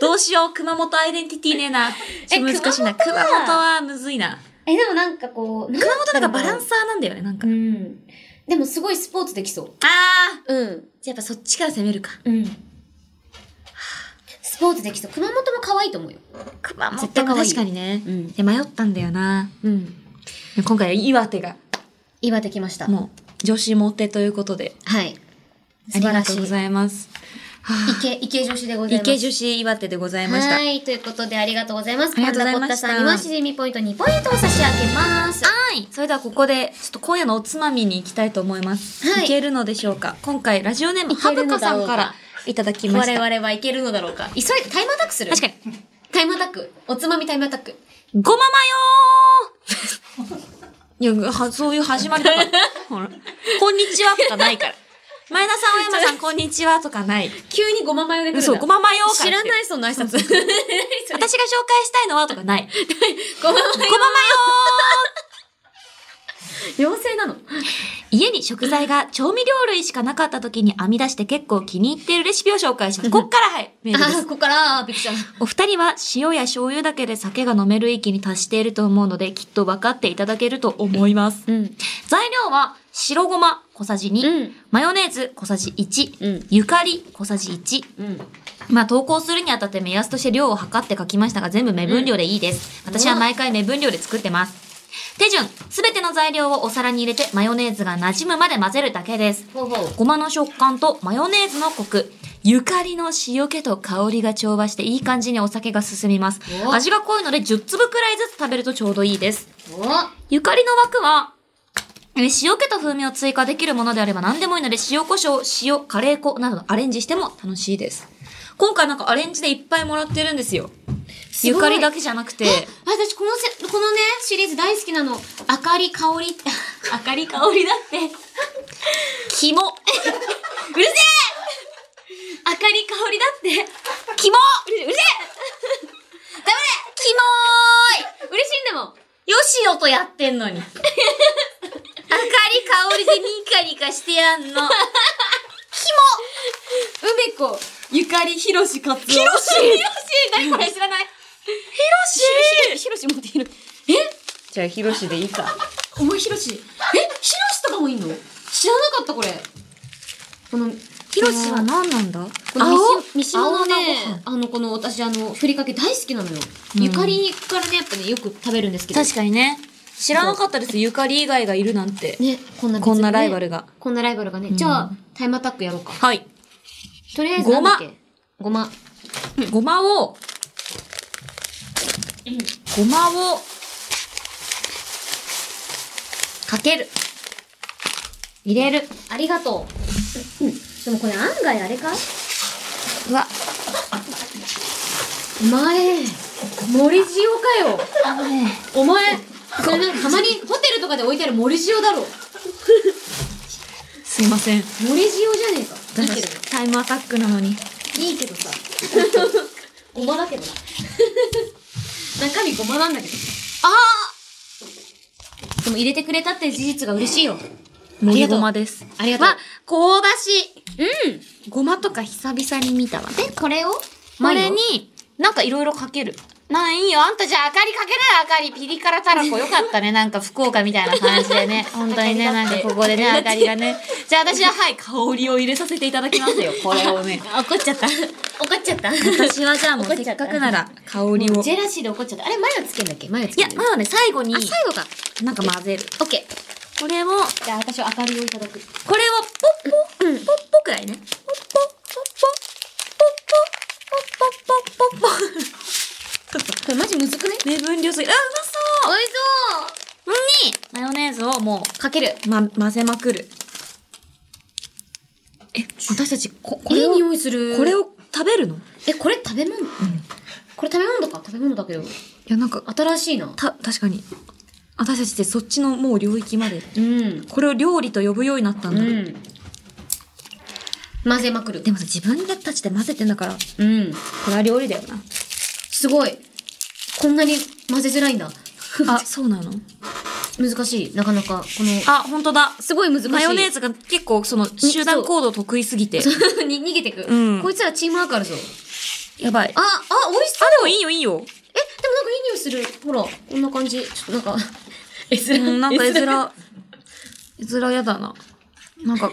Speaker 3: どうしよう、熊本アイデンティティねえな。ちょっと難しいな。
Speaker 2: 熊
Speaker 3: 熊
Speaker 2: 本は
Speaker 3: 本はむずいな。
Speaker 2: え、でもなんかこう、熊
Speaker 3: 熊本なんかバランサーなんだよね、なんか
Speaker 2: う。ん。でもすごいスポーツできそう。
Speaker 3: あー
Speaker 2: うん。
Speaker 3: じゃあやっぱそっちから攻めるか。
Speaker 2: うん。ススポーツできそう。熊本も可愛いと思うよ。
Speaker 3: 熊本
Speaker 2: 絶対可愛い
Speaker 3: 確かにね。
Speaker 2: うん
Speaker 3: で、迷ったんだよな。
Speaker 2: うん。
Speaker 3: 今回は岩手が、
Speaker 2: 岩手来ました。
Speaker 3: もう、女子モテということで。
Speaker 2: はい。
Speaker 3: あ
Speaker 2: 素晴
Speaker 3: りが
Speaker 2: ら
Speaker 3: と
Speaker 2: し
Speaker 3: う
Speaker 2: い。
Speaker 3: ございます。はあ
Speaker 2: 池、池女子でございます。
Speaker 3: 池女子岩手でございました。
Speaker 2: はい、ということでありがとうございます。
Speaker 3: ありがとうござい
Speaker 2: パンダコッ
Speaker 3: ま
Speaker 2: タ
Speaker 3: した
Speaker 2: さんにはしじみポイント2ポイントを差し上げます。
Speaker 3: はい。それではここで、ちょっと今夜のおつまみに行きたいと思います。
Speaker 2: はい
Speaker 3: いけるのでしょうか今回、ラジオネーム、
Speaker 2: いけ
Speaker 3: は
Speaker 2: る
Speaker 3: ぶ
Speaker 2: の
Speaker 3: か
Speaker 2: だ
Speaker 3: さ
Speaker 2: ろうんか
Speaker 3: からいただきまし
Speaker 2: 我
Speaker 3: た。
Speaker 2: 々はいけるのだろうか。急いで、タイムアタックする
Speaker 3: 確かに。
Speaker 2: タイムアタック。おつまみタイムアタック。
Speaker 3: ごままよー (laughs) いや、はそういう始まりとか。ほら。 (laughs) こんにちはとかないから。前田さん、青山さん、こんにちはとかない。
Speaker 2: 急にごまマヨで来るんだ。
Speaker 3: そう、ごままよーか
Speaker 2: 知ら
Speaker 3: ら来てる
Speaker 2: ないその挨 (laughs) 拶。何それ
Speaker 3: 私が紹介したいのはとかない。
Speaker 2: ごまマヨ
Speaker 3: ごままよ
Speaker 2: 妖精なの。
Speaker 3: ー (laughs) 家に食材が調味料類しかなかった時に編み出して結構気に入っているレシピを紹介します。こっからはい、メールで
Speaker 2: あ
Speaker 3: す
Speaker 2: ー、。ここから、びっくりした。
Speaker 3: (laughs) お二人は塩や醤油だけで酒が飲める域に達していると思うので、きっと分かっていただけると思います。
Speaker 2: うん。
Speaker 3: 材料は、白ごま小さじ2、
Speaker 2: うん
Speaker 3: マヨネーズ小さじ1、
Speaker 2: うん
Speaker 3: ゆかり小さじ1。
Speaker 2: うん。
Speaker 3: まあ、投稿するにあたって目安として量を測って書きましたが、全部目分量でいいです。私は毎回目分量で作ってます。手順、すべての材料をお皿に入れて、マヨネーズが馴染むまで混ぜるだけです。
Speaker 2: ほうほう。
Speaker 3: ごまの食感とマヨネーズのコク。ゆかりの塩気と香りが調和していい感じにお酒が進みます
Speaker 2: お。
Speaker 3: 味が濃いので10粒くらいずつ食べるとちょうどいいです。
Speaker 2: おは
Speaker 3: ゆかりの枠は、えー塩気と風味を追加できるものであれば何でもいいので、塩胡椒、塩、カレー粉などのアレンジしても楽しいです。今回なんかアレンジでいっぱいもらってるんですよ。
Speaker 2: ごい
Speaker 3: ゆかりだけじゃなくて、
Speaker 2: 私、このせ、このね、シリーズ大好きなの。あかり香りって、あかり香りだって。 (laughs)
Speaker 3: 肝、 (laughs)
Speaker 2: うるせえあかり香りだって。
Speaker 3: 肝
Speaker 2: うるうるせえダメだキモーい嬉しいんでも
Speaker 3: 吉野とやってんのに。あかり香りでニカニカしてや (laughs) んの。
Speaker 2: 梅子、ゆかり、ひろし、かつお。ひ
Speaker 3: ろし
Speaker 2: ひろし何これ知らない
Speaker 3: ひろし
Speaker 2: ひろし持っている。え
Speaker 4: じゃあ、ヒロシでいいか。
Speaker 2: お前ひろし。えひろしとかもいんの知らなかったこれ。この、
Speaker 3: ひろしは何なんだ
Speaker 2: この三
Speaker 3: 青
Speaker 2: 島三島のね
Speaker 3: 青菜ご飯、
Speaker 2: あの、この、私、あの、ふりかけ大好きなのよ。
Speaker 3: うん
Speaker 2: ゆかりからね、やっぱね、よく食べるんですけど。
Speaker 3: 確かにね。知らなかったです。ゆかり以外がいるなんて。
Speaker 2: ね、こんな、
Speaker 3: こんなライバルが。
Speaker 2: こんなライバルがね。
Speaker 3: ん
Speaker 2: じゃあ、タイムアタックやろうか。
Speaker 3: はい。
Speaker 2: とりあえず、なんだっけごま。
Speaker 3: ごまを、ごまを、かける。入れる。
Speaker 2: ありがとう。でもこれ案外あれか
Speaker 3: うわ、
Speaker 2: お前、森塩かよ。
Speaker 3: あのね、
Speaker 2: お前、それなんかたまにホテルとかで置いてある森塩だろ。
Speaker 3: すいません。
Speaker 2: 森塩じゃねえか。いいけど
Speaker 3: タイムアタックなのに。
Speaker 2: いいけどさ。 (laughs) ごまだけど (laughs) な。中身ごまなんだけど。ああでも入れてくれたって事実が嬉しいよ。
Speaker 3: も
Speaker 2: り
Speaker 3: り
Speaker 2: ご
Speaker 3: ご
Speaker 2: ま
Speaker 3: まです。
Speaker 2: ありがとう。
Speaker 3: わ、香ばしい。
Speaker 2: うん。
Speaker 3: ごまとか久々に見たわ。
Speaker 2: で、これを
Speaker 3: これ
Speaker 2: 前に。
Speaker 3: に、なんかいろいろかける。まあいいよ。あんたじゃあ、明かりかけなよ、明かり。ピリ辛たらこよかったね。なんか福岡みたいな感じでね。本当にね、なんかここでね、明かりがね。じゃあ私ははい、香りを入れさせていただきますよ。これをね。
Speaker 2: (laughs) あ怒っちゃった。怒っちゃった。
Speaker 3: 私はじゃあもう
Speaker 2: 怒っ
Speaker 3: せ
Speaker 2: ちゃ
Speaker 3: っ
Speaker 2: った
Speaker 3: かくなら、香り
Speaker 2: も
Speaker 3: を。
Speaker 2: うジ
Speaker 3: い
Speaker 2: ェラシーで怒っちゃった。あれ、マヨつけんだっけマヨつけ
Speaker 3: や
Speaker 2: ん、だっ
Speaker 3: まだね、最後に
Speaker 2: けあ、、最後か。
Speaker 3: なんか混ぜる。
Speaker 2: オッケ
Speaker 3: これを、
Speaker 2: ー。じゃあ、私は明かりをいただく。
Speaker 3: これをポッポ、ポッポくらいね。ポッポ、ポッポ、ポッポ、ポッポ、ポッポ、ポッポ。
Speaker 2: これマジむずくない
Speaker 3: 目分量すぎ。あ、うまそう
Speaker 2: おいし
Speaker 3: に、マヨネーズをもう、
Speaker 2: そうかける。
Speaker 3: ま、混ぜまくる。え、私たち、こ、こ
Speaker 2: い
Speaker 3: れ
Speaker 2: い
Speaker 3: を、
Speaker 2: 匂いする。
Speaker 3: これを食べるのい
Speaker 2: え、これ食べ物、これ食べ物か食べ物だけど。
Speaker 3: や、なんか、
Speaker 2: 新しいな。
Speaker 3: た、確かに。私たちってそっちのもう領域まで、
Speaker 2: うん。
Speaker 3: これを料理と呼ぶようになったん
Speaker 2: う
Speaker 3: だ。
Speaker 2: ん。混ぜまくる。
Speaker 3: でもさ、自分たちで混ぜてんだから、こ
Speaker 2: うん。
Speaker 3: れは料理だよな。
Speaker 2: すごい。こんなに混ぜづらいんだ。
Speaker 3: あ、 (laughs) そうなの
Speaker 2: 難しい。なかなか。この、
Speaker 3: あ、本当だ。
Speaker 2: すごい難しい。
Speaker 3: マヨネーズが結構、その、集団行動得意すぎて。
Speaker 2: ズ (laughs) に逃げてく、
Speaker 3: うん
Speaker 2: こいつらチームワークあるぞ。
Speaker 3: やばい。
Speaker 2: あ、
Speaker 3: あ、
Speaker 2: あ、美味しそう。
Speaker 3: でもいいよ、いいよ。
Speaker 2: え、でもなんかいい匂いする。ほら、こんな感じ。ちょっとなんか、 (laughs) 絵
Speaker 3: う
Speaker 2: 面。
Speaker 3: ん、なんか絵
Speaker 2: 面。
Speaker 3: 面、絵面やだな。なん (laughs) か、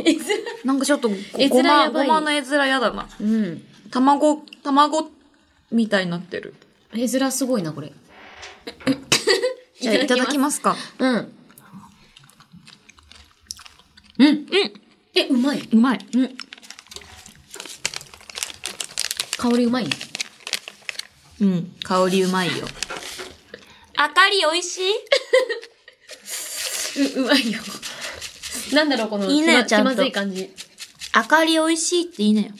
Speaker 3: なんかちょっとご、
Speaker 2: 絵面
Speaker 3: ごま、
Speaker 2: やば
Speaker 3: ご
Speaker 2: い
Speaker 3: まの絵面やだな。
Speaker 2: うん。
Speaker 3: 卵、卵みたいになってる。
Speaker 2: 絵面すごい
Speaker 3: (laughs)
Speaker 2: な、これ。
Speaker 3: じゃあいただきますか。
Speaker 2: うん。うん。
Speaker 3: うん。
Speaker 2: え、うまい。
Speaker 3: うまい。
Speaker 2: うん。香りうまい、
Speaker 3: うん。香りうまいよ。あかり美味しいう
Speaker 2: うまいよ。なんだろう、この
Speaker 3: いいね
Speaker 2: 気ま
Speaker 3: ちゃんと
Speaker 2: 気まずい感じ。
Speaker 3: あかり美味しいっていいなよ。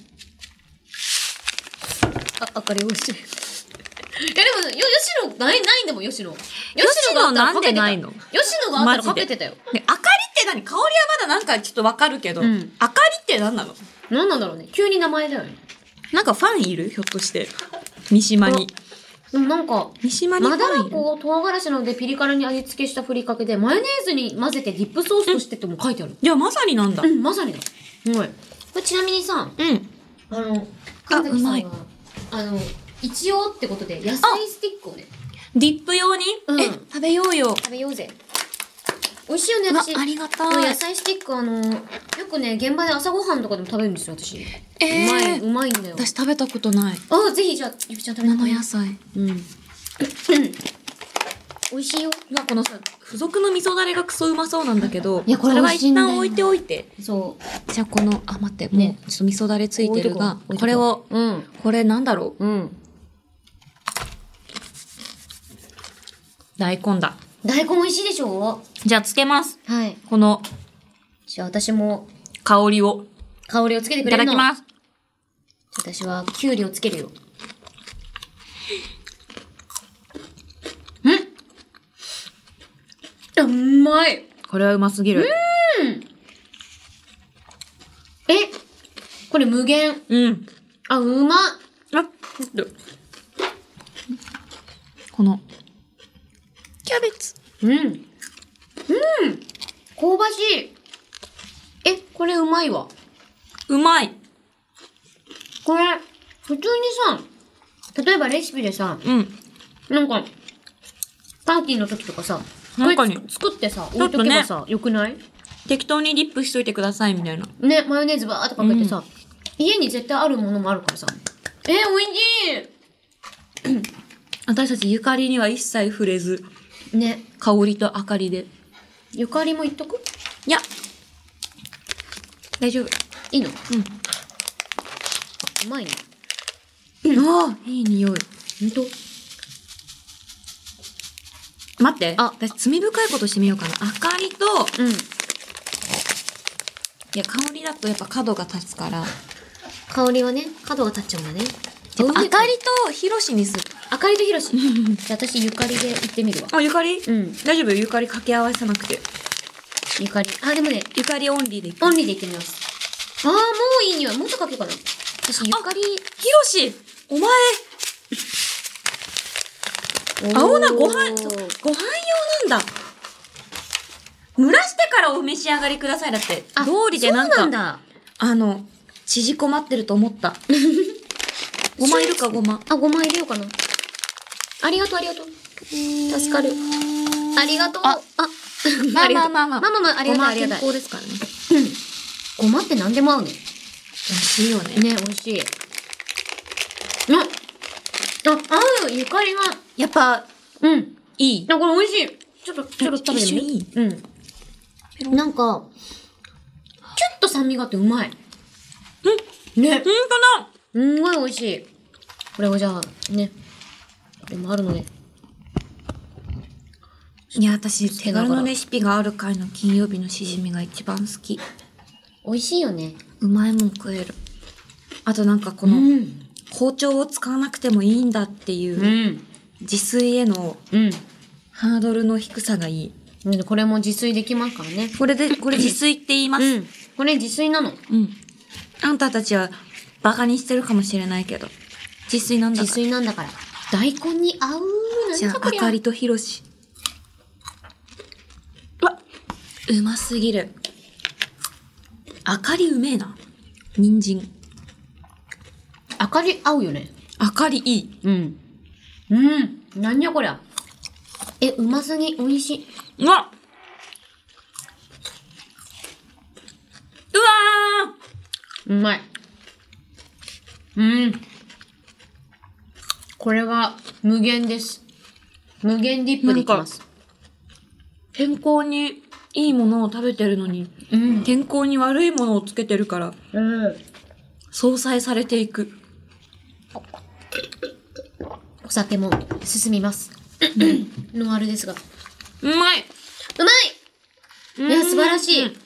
Speaker 2: あ、あかり美味しい。いやでも、よ、吉野、ない、ないんだもん、吉野。
Speaker 3: 吉野なんでないの
Speaker 2: 吉野があったらかけてたよ。
Speaker 3: ね、あかりって何香りはまだなんかちょっとわかるけど、
Speaker 2: うん
Speaker 3: あかりって何なの
Speaker 2: なんなんだろうね。急に名前だよね。
Speaker 3: なんかファンいるひょっとして。 (laughs) 三島に。
Speaker 2: でもなんか、
Speaker 3: 三島にフ
Speaker 2: ま
Speaker 3: ァ
Speaker 2: だら
Speaker 3: ンいる
Speaker 2: こを唐辛子のでピリ辛に味付けしたふりかけで、マヨネーズに混ぜてディップソースとしてっても書いてある。
Speaker 3: いや、まさになんだ。
Speaker 2: うん、まさにだ。はい。これちなみにさ、
Speaker 3: うん。
Speaker 2: あの、
Speaker 3: あ
Speaker 2: 神崎さんは
Speaker 3: うまい
Speaker 2: あの、一応ってことで、野菜スティックをね、
Speaker 3: ディップ用に、
Speaker 2: うん
Speaker 3: え、食べようよ。
Speaker 2: 食べようぜ。美味しいよね、
Speaker 3: あ
Speaker 2: 私。、
Speaker 3: ありが
Speaker 2: この
Speaker 3: た
Speaker 2: 野
Speaker 3: い。
Speaker 2: 菜スティック、あの、よくね、現場で朝ごはんとかでも食べるんですよ、私。
Speaker 3: えー
Speaker 2: うまい、うまいんだよ。
Speaker 3: 私食べたことない。
Speaker 2: あ、ぜひ、じゃあ、ゆきちゃん食べて
Speaker 3: 生野菜。
Speaker 2: うん。うん美味しいよ。
Speaker 3: うわ、このさ、付属の味噌だれがクソうまそうなんだけど、
Speaker 2: いやこれ
Speaker 3: それ
Speaker 2: 美
Speaker 3: は
Speaker 2: 味しい
Speaker 3: 一
Speaker 2: んだよ
Speaker 3: 旦置いておいて。
Speaker 2: そう。
Speaker 3: じゃあこの、あ、待って、も
Speaker 2: ね
Speaker 3: う、ちょっと味噌だれついてるが、
Speaker 2: 置いとこう
Speaker 3: これを、
Speaker 2: うん。
Speaker 3: これなんだろう
Speaker 2: うん。
Speaker 3: 大根だ。
Speaker 2: 大根美味しいでしょ
Speaker 3: じゃあつけます。
Speaker 2: はい。
Speaker 3: この
Speaker 2: じゃあ、私も、
Speaker 3: 香りを。
Speaker 2: 香りをつけて
Speaker 3: い
Speaker 2: くれ
Speaker 3: た
Speaker 2: る
Speaker 3: だ
Speaker 2: の
Speaker 3: きます。
Speaker 2: 私は、きゅうりをつけるよ。うんうまい。
Speaker 3: これはうますぎる。
Speaker 2: えこれ無限。
Speaker 3: うん。
Speaker 2: あ、うまっ。
Speaker 3: あ、この、キャベツ。
Speaker 2: うん。うん。香ばしい。え、これうまいわ。
Speaker 3: うまい。
Speaker 2: これ、普通にさ、例えばレシピでさ、
Speaker 3: うん。
Speaker 2: なんか、パーティーの時とかさ、こ
Speaker 3: なん
Speaker 2: れ
Speaker 3: かね
Speaker 2: つ作ってさ、
Speaker 3: ょ
Speaker 2: 置
Speaker 3: っ
Speaker 2: い
Speaker 3: と
Speaker 2: と
Speaker 3: ね
Speaker 2: けばさ、よくない
Speaker 3: 適当にリップしといてください、みたいな。
Speaker 2: ね、マヨネーズばーっとかけてさ、家に絶対あるものもあるからさ。えー、おいし
Speaker 3: 私たちゆかりには一切触れず、
Speaker 2: いね、
Speaker 3: 香りと明かりで。
Speaker 2: ゆかりも言っとく
Speaker 3: いや、大丈夫。
Speaker 2: いいのうん。うまいね。
Speaker 3: ああ、いい匂い。
Speaker 2: ほんと
Speaker 3: 待って。
Speaker 2: あ
Speaker 3: 私罪深いことしてみようかな。明かりと、
Speaker 2: うん。
Speaker 3: いや、香りだとやっぱ角が立つから。
Speaker 2: 香りはね、角が立っちゃうんだね。
Speaker 3: やっぱ明か
Speaker 2: か
Speaker 3: りとひろしにする。
Speaker 2: あかりとひろ
Speaker 3: (laughs)
Speaker 2: し。じゃあ私、ゆかりで行ってみるわ。
Speaker 3: あ、ゆかり
Speaker 2: うん。
Speaker 3: 大丈夫ゆかり掛け合わせなくて。
Speaker 2: ゆかり。あ、でもね、
Speaker 3: ゆかりオンリーでいく。
Speaker 2: オンリーで行ってみます。あー、もういい匂い。もっとかけようかな。私、ゆかり。
Speaker 3: ひろしお前青菜ご飯、
Speaker 2: お
Speaker 3: ご飯
Speaker 2: ー
Speaker 3: 用なんだ蒸らしてからお召し上がりくださいだって。
Speaker 2: あ、
Speaker 3: 道理でなんか、
Speaker 2: そうなんだ。
Speaker 3: あの、縮こまってると思 (laughs) った。ごまいるかごま。
Speaker 2: あ、ごま入れようかな。ありがとう、ありがとう。助かる。ありがとう。
Speaker 3: あ、
Speaker 2: あ、
Speaker 3: まあ
Speaker 2: りが
Speaker 3: ま
Speaker 2: と
Speaker 3: あ
Speaker 2: う
Speaker 3: まあまあ。
Speaker 2: まあまあまあ、ありが
Speaker 3: ご
Speaker 2: とう、
Speaker 3: ま
Speaker 2: あ
Speaker 3: は
Speaker 2: りが
Speaker 3: 健
Speaker 2: とう。
Speaker 3: 康ですからね。
Speaker 2: ごまって何でも合うね。
Speaker 3: 美味しいよね。
Speaker 2: ね、美味しい。うん。あ、合う、ゆかりが。
Speaker 3: やっぱ、
Speaker 2: うん。
Speaker 3: いい。
Speaker 2: あ、これ美味しい。ちょっと、ちょっと食べてみる。
Speaker 3: 一
Speaker 2: うん。なんか、ちょっと酸味があってうまい。うん。ね。
Speaker 3: うんかな
Speaker 2: すんごい美味しい。これをじゃあ、ね。これもあるので。
Speaker 3: いや、私、手軽
Speaker 2: だか
Speaker 3: の
Speaker 2: ら
Speaker 3: レシピがある回の金曜日のしじみが一番好き。
Speaker 2: 美味しいよね。
Speaker 3: うまいもん食える。あとなんかこの、
Speaker 2: ん。
Speaker 3: 包丁を使わなくてもいいんだっていう、
Speaker 2: うん。
Speaker 3: 自炊への
Speaker 2: うん。
Speaker 3: ハードルの低さがいい。
Speaker 2: ねこれも自炊できますからね。
Speaker 3: これで、これ自炊って言います。
Speaker 2: ん。これ自炊なの。
Speaker 3: うん。あんたたちは、バカにしてるかもしれないけど、自炊なんだ
Speaker 2: 自
Speaker 3: から。
Speaker 2: 炊なんだから。大根に合う。なん
Speaker 3: じゃあ、
Speaker 2: だこ
Speaker 3: あ
Speaker 2: り
Speaker 3: かりとひろし。うわうますぎる。あかりうめえな。人参。
Speaker 2: あかり合うよね。
Speaker 3: あかりいい。
Speaker 2: うん。うん。なんじゃこりゃ。え、うますぎ、美味しい。
Speaker 3: うわうわ
Speaker 2: うまい。うん。これは無限です。無限ディップできます。
Speaker 3: 健康にいいものを食べてるのに、
Speaker 2: うん。
Speaker 3: 健康に悪いものをつけてるから、
Speaker 2: うん。
Speaker 3: 相殺されていく。
Speaker 2: お酒も進みます。ノンアルですが。う
Speaker 3: うまい
Speaker 2: まいいや、素晴らし
Speaker 3: う
Speaker 2: い
Speaker 3: ん。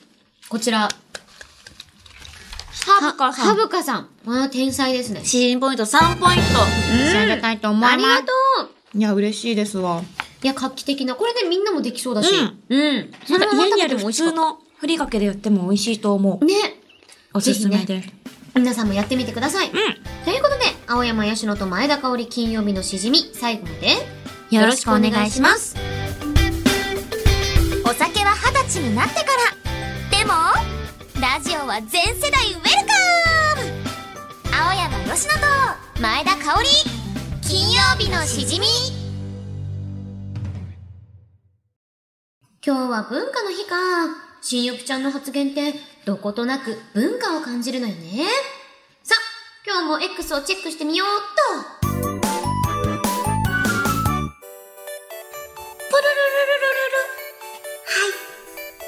Speaker 2: こちら、
Speaker 3: ハブカさ
Speaker 2: ハ
Speaker 3: ん。
Speaker 2: ブカさん。これは天才ですね。
Speaker 3: 詩人ポイント3ポイン
Speaker 5: 差し
Speaker 3: ト。
Speaker 5: 上げたいと思います。
Speaker 2: ありがとう
Speaker 5: いや、嬉しいですわ。
Speaker 2: いや、画期的な。これでみんなもできそうだし。
Speaker 3: う
Speaker 2: うん。それは
Speaker 3: 家
Speaker 2: 食
Speaker 3: にあ
Speaker 2: べて
Speaker 3: る
Speaker 2: も美
Speaker 3: 普
Speaker 2: 味しか
Speaker 3: 通
Speaker 2: った。
Speaker 3: のふりかけでやっても美味しいと思う。
Speaker 2: ね。
Speaker 3: おすすめ
Speaker 2: ぜ
Speaker 3: です。
Speaker 2: 皆さんもやってみてください。ということで、青山佳乃と前田香織金曜日のしじみ、最後まで、。
Speaker 3: よろしくお願いします
Speaker 6: お酒は二十歳になってからでもラジオは全世代ウェルカム青山佳乃と前田香織金曜日のしじみ
Speaker 2: 今日は文化の日か。新ゆきちゃんの発言って、どことなく文化を感じるのよね。さあ、今日も X をチェックしてみようっと。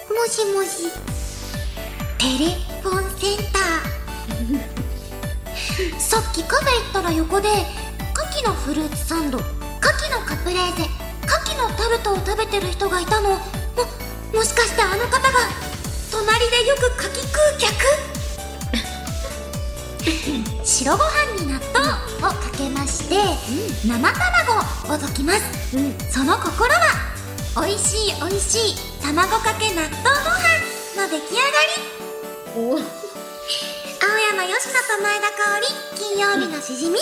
Speaker 6: もしもしテレフォンセンターさっきカフェ行ったら横で牡蠣のフルーツサンド牡蠣のカプレーゼ牡蠣のタルトを食べてる人がいたのももしかしてあの方が隣でよく牡蠣食う客 (laughs) 白ご飯に納豆をかけまして、生卵を溶きます、その心は美味しい美味しい卵かけ納豆ご飯の出来上がり
Speaker 2: お
Speaker 6: 青山佳乃と前田香織金曜日のしじみ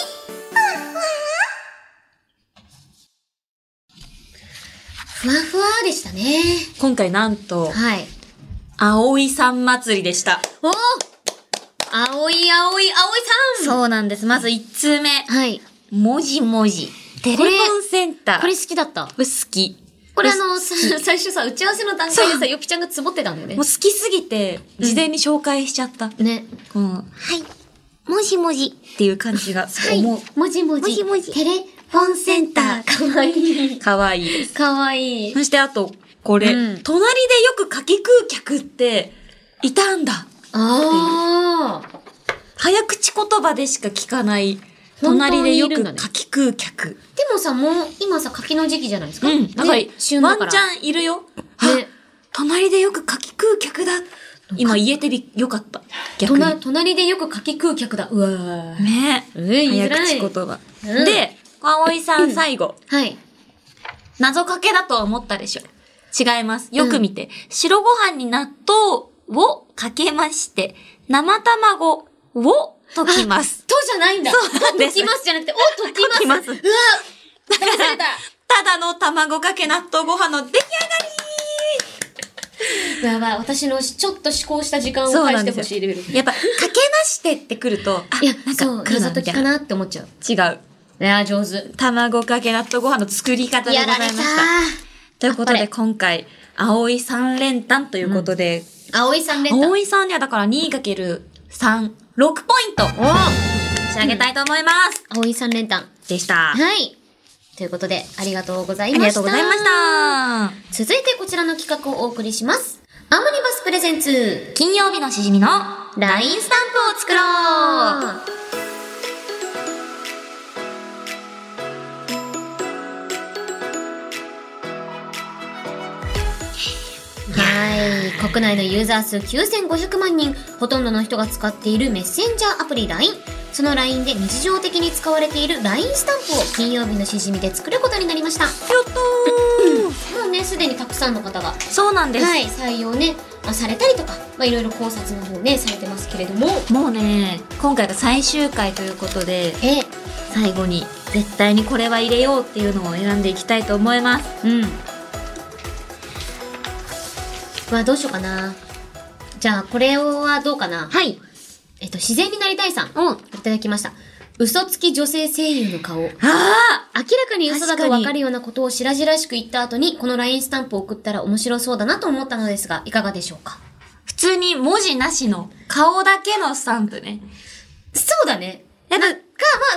Speaker 2: ふわふわでしたね。
Speaker 3: 今回なんと、
Speaker 2: はい。
Speaker 3: 葵さん祭りでした。
Speaker 2: お青い青い青いさん
Speaker 3: そうなんです。まず1通目。
Speaker 2: はい。
Speaker 3: もじもじ。テレフォンセンター。
Speaker 2: これ好きだった。
Speaker 3: これ好き。
Speaker 2: これあの、さ (laughs) 最初さ、打ち合わせの段階でさ、よきちゃんがつぼってたんだよね
Speaker 3: もう。好きすぎて、事前に紹介しちゃった。
Speaker 2: ね。
Speaker 3: この、
Speaker 6: はいもしもじ
Speaker 3: っていう感じが、そう思
Speaker 2: もじもじ。
Speaker 6: もじもじ
Speaker 2: テレフォンセンター。かわいい。
Speaker 3: う。かわいいです。
Speaker 2: かわいい。
Speaker 3: そしてあと、これ、
Speaker 2: うん
Speaker 3: 隣でよく柿食う客って、いたんだ。
Speaker 2: ああ。
Speaker 3: 早口言葉でしか聞かない。
Speaker 2: 本当
Speaker 3: 隣で
Speaker 2: にい
Speaker 3: よ
Speaker 2: るん
Speaker 3: く
Speaker 2: だね
Speaker 3: 柿食う客。
Speaker 2: でもさ、もう、今さ、柿の時期じゃないですか。
Speaker 3: うん。だから、ワン
Speaker 2: ね
Speaker 3: チ
Speaker 2: 旬だから。
Speaker 3: ャンいるよ。
Speaker 2: ね
Speaker 3: あ隣でよく柿食う客だ。今言えてび、よかった。逆に。
Speaker 2: 隣隣でよく柿食う客だ。うわー
Speaker 3: ね
Speaker 2: うえ言いづ
Speaker 3: 早
Speaker 2: らい
Speaker 3: 口言葉。
Speaker 2: うん
Speaker 3: で、葵さん最後。
Speaker 2: はい。
Speaker 3: 謎かけだとは思ったでしょ。違います。よく見て。白ご飯に納豆をかけまして、生卵を溶きます。
Speaker 2: とじゃないんだ。
Speaker 3: そうなんです
Speaker 2: ときますじゃなくて、お、ときます。う
Speaker 3: ときます
Speaker 2: わ騙された。
Speaker 3: (laughs) ただの卵かけ納豆ご飯の出来上が
Speaker 2: やばい、私のちょっと思考した時間
Speaker 3: り
Speaker 2: を返してほしいレベル。
Speaker 3: やっぱ、かけましてってくると、あ
Speaker 2: いや、
Speaker 3: なんか
Speaker 2: そう、
Speaker 3: 来る
Speaker 2: 謎
Speaker 3: な
Speaker 2: 解
Speaker 3: み
Speaker 2: き
Speaker 3: た
Speaker 2: か
Speaker 3: いな。
Speaker 2: なって思っちゃう。
Speaker 3: 違う。
Speaker 2: いや、上手。
Speaker 3: 卵かけ納豆ご飯の作り方で
Speaker 2: や
Speaker 3: ございま
Speaker 2: られ
Speaker 3: した。
Speaker 2: た。
Speaker 3: ということ
Speaker 2: あっぱ
Speaker 3: で、
Speaker 2: れ
Speaker 3: 今回、葵三連単ということで、
Speaker 2: 葵さん連単。
Speaker 3: 葵さんにはだから 2×3、6ポイント
Speaker 2: お
Speaker 3: 仕上げたいと思います。
Speaker 2: 葵さん連単。
Speaker 3: でした。
Speaker 2: はい。ということで、ありがとうござい
Speaker 3: あり
Speaker 2: ました。
Speaker 3: がとうございました。
Speaker 2: 続いてこちらの企画をお送りします。アムニバスプレゼンツ、
Speaker 3: 金曜日のしじみの、
Speaker 2: ラインスタンプを作ろうはい。国内のユーザー数9500万人、ほとんどの人が使っているメッセンジャーアプリ LINE。その LINE で日常的に使われている LINE スタンプを金曜日のしじみで作ることになりました。もうね、すでにたくさんの方が
Speaker 3: そうなんです。
Speaker 2: はい、採用ね、まあ、されたりとか、まあ、いろいろ考察の方ね、されてますけれども、
Speaker 3: もうね、今回が最終回ということで、
Speaker 2: え、
Speaker 3: 最後に絶対にこれは入れようっていうのを選んでいきたいと思います。
Speaker 2: うん。はどうしようかな。じゃあ、これはどうかな。
Speaker 3: はい。
Speaker 2: えっと、自然になりたいさん、
Speaker 3: うん。
Speaker 2: いただきました。嘘つき女性声優の顔。
Speaker 3: あ
Speaker 2: 明らかに嘘だと分かるようなことを白々しく言った後に、この LINE スタンプを送ったら面白そうだなと思ったのですが、いかがでしょうか
Speaker 3: 普通に文字なしの顔だけのスタンプね。
Speaker 2: そうだね。
Speaker 3: なん
Speaker 2: なん
Speaker 3: か
Speaker 2: か、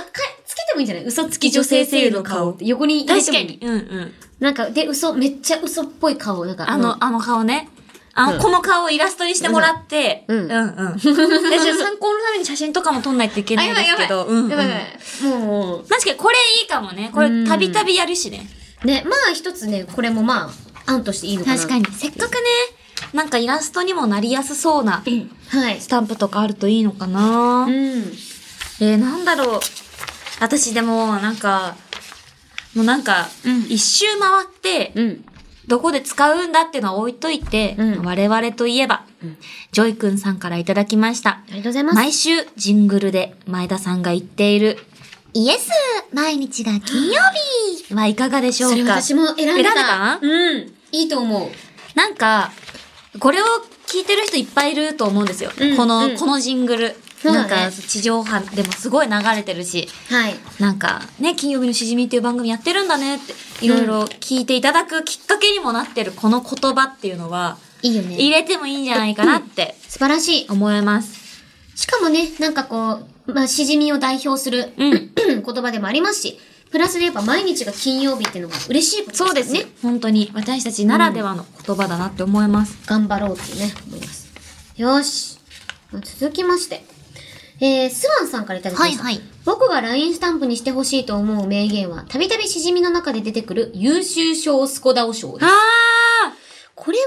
Speaker 2: まあ、か、つけてもいいんじゃない嘘つき女性声優の顔って横に入れ
Speaker 3: 確
Speaker 2: てもい
Speaker 3: か
Speaker 2: い
Speaker 3: に。。うんうん。
Speaker 2: なんか、で、嘘、めっちゃ嘘っぽい顔。なんか、
Speaker 3: あ
Speaker 2: うん
Speaker 3: の、あの顔ね。あの、この顔をイラストにしてもらって。
Speaker 2: うん
Speaker 3: うんうん。私は参考のために写真とかも撮んないといけ
Speaker 2: あ、
Speaker 3: ない
Speaker 2: や
Speaker 3: ん
Speaker 2: ば
Speaker 3: で
Speaker 2: いや
Speaker 3: す
Speaker 2: ば
Speaker 3: け
Speaker 2: い。
Speaker 3: ど。うんうん
Speaker 2: やばいやばい。もう、
Speaker 3: 確かにこれいいかもね。これたびたびやるしね。
Speaker 2: ね、まあ一つね、これもまあ、案としていいのかな。
Speaker 3: 確かに。。せっかくね、なんかイラストにもなりやすそうな
Speaker 2: はい
Speaker 3: ス。タンプとかあるといいのかな。
Speaker 2: うん。
Speaker 3: えー、なんだろう。私でも、なんか、もうなんか、一周回って、
Speaker 2: うん。
Speaker 3: どこで使うんだっていうのは置いといて、
Speaker 2: うん
Speaker 3: 我々といえば、ジョイくんさんからいただきました
Speaker 2: あ。りがとうございます。
Speaker 3: 毎週、ジングルで前田さんが言っている、
Speaker 6: イエス毎日が金曜日
Speaker 3: はいかがでしょう
Speaker 2: それ
Speaker 3: か
Speaker 2: 私も選んでた。
Speaker 3: 選んでた
Speaker 2: うん。いいと思う。
Speaker 3: なんか、これを聞いてる人いっぱいいると思うんですよ。
Speaker 2: うん
Speaker 3: この、
Speaker 2: うん
Speaker 3: このジングル。
Speaker 2: そうだ
Speaker 3: なん
Speaker 2: ね
Speaker 3: か、地上波でもすごい流れてるし、
Speaker 2: はい。
Speaker 3: なんか、ね、金曜日のしじみっていう番組やってるんだねって、いろいろ聞いていただくきっかけにもなってるこの言葉っていうのは、
Speaker 2: いいよね。
Speaker 3: 入れてもいいんじゃないかなって
Speaker 2: 素晴らしい。
Speaker 3: 思います。
Speaker 2: しかもね、なんかこう、まあ、しじみを代表する、
Speaker 3: うん。
Speaker 2: (clears throat) 言葉でもありますし、プラスでやっぱ毎日が金曜日っていうのが嬉しいこと
Speaker 3: そうですね。。本当に私たちならではの言葉だなって思います。
Speaker 2: 頑張ろうってね、思います。よし。続きまして。えー、スワンさんからいただきました。
Speaker 6: はいはい
Speaker 2: 僕が LINE スタンプにしてほしいと思う名言は、たびたびしじみの中で出てくる優秀賞スコダオ賞です。
Speaker 3: あ
Speaker 2: これは、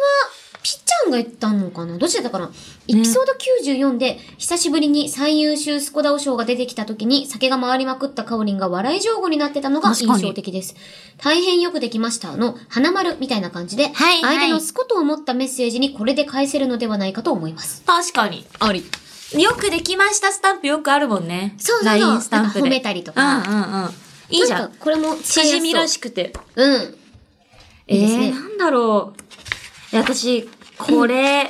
Speaker 2: ぴっちゃんが言ったのかなどっちだったかな、エピソード94で、久しぶりに最優秀スコダオ賞が出てきた時に、酒が回りまくったカオリンが笑い上手になってたのが
Speaker 3: 確
Speaker 2: 印
Speaker 3: かに
Speaker 2: 象的です。大変よくできましたの、花丸みたいな感じで、
Speaker 3: はいはい
Speaker 2: 相手のスコと思ったメッセージにこれで返せるのではないかと思います。
Speaker 3: 確かに。
Speaker 2: あり。
Speaker 3: よくできましたスタンプよくあるもんね。
Speaker 2: そうそうそう
Speaker 3: LINE スタンプで。
Speaker 2: なんか褒めたりとか
Speaker 3: うんうんうん。いいじゃん。
Speaker 2: これも使い
Speaker 3: し
Speaker 2: やすそう
Speaker 3: じみらしくて。
Speaker 2: うん。いいですね
Speaker 3: えー、なんだろう。いや私、これ、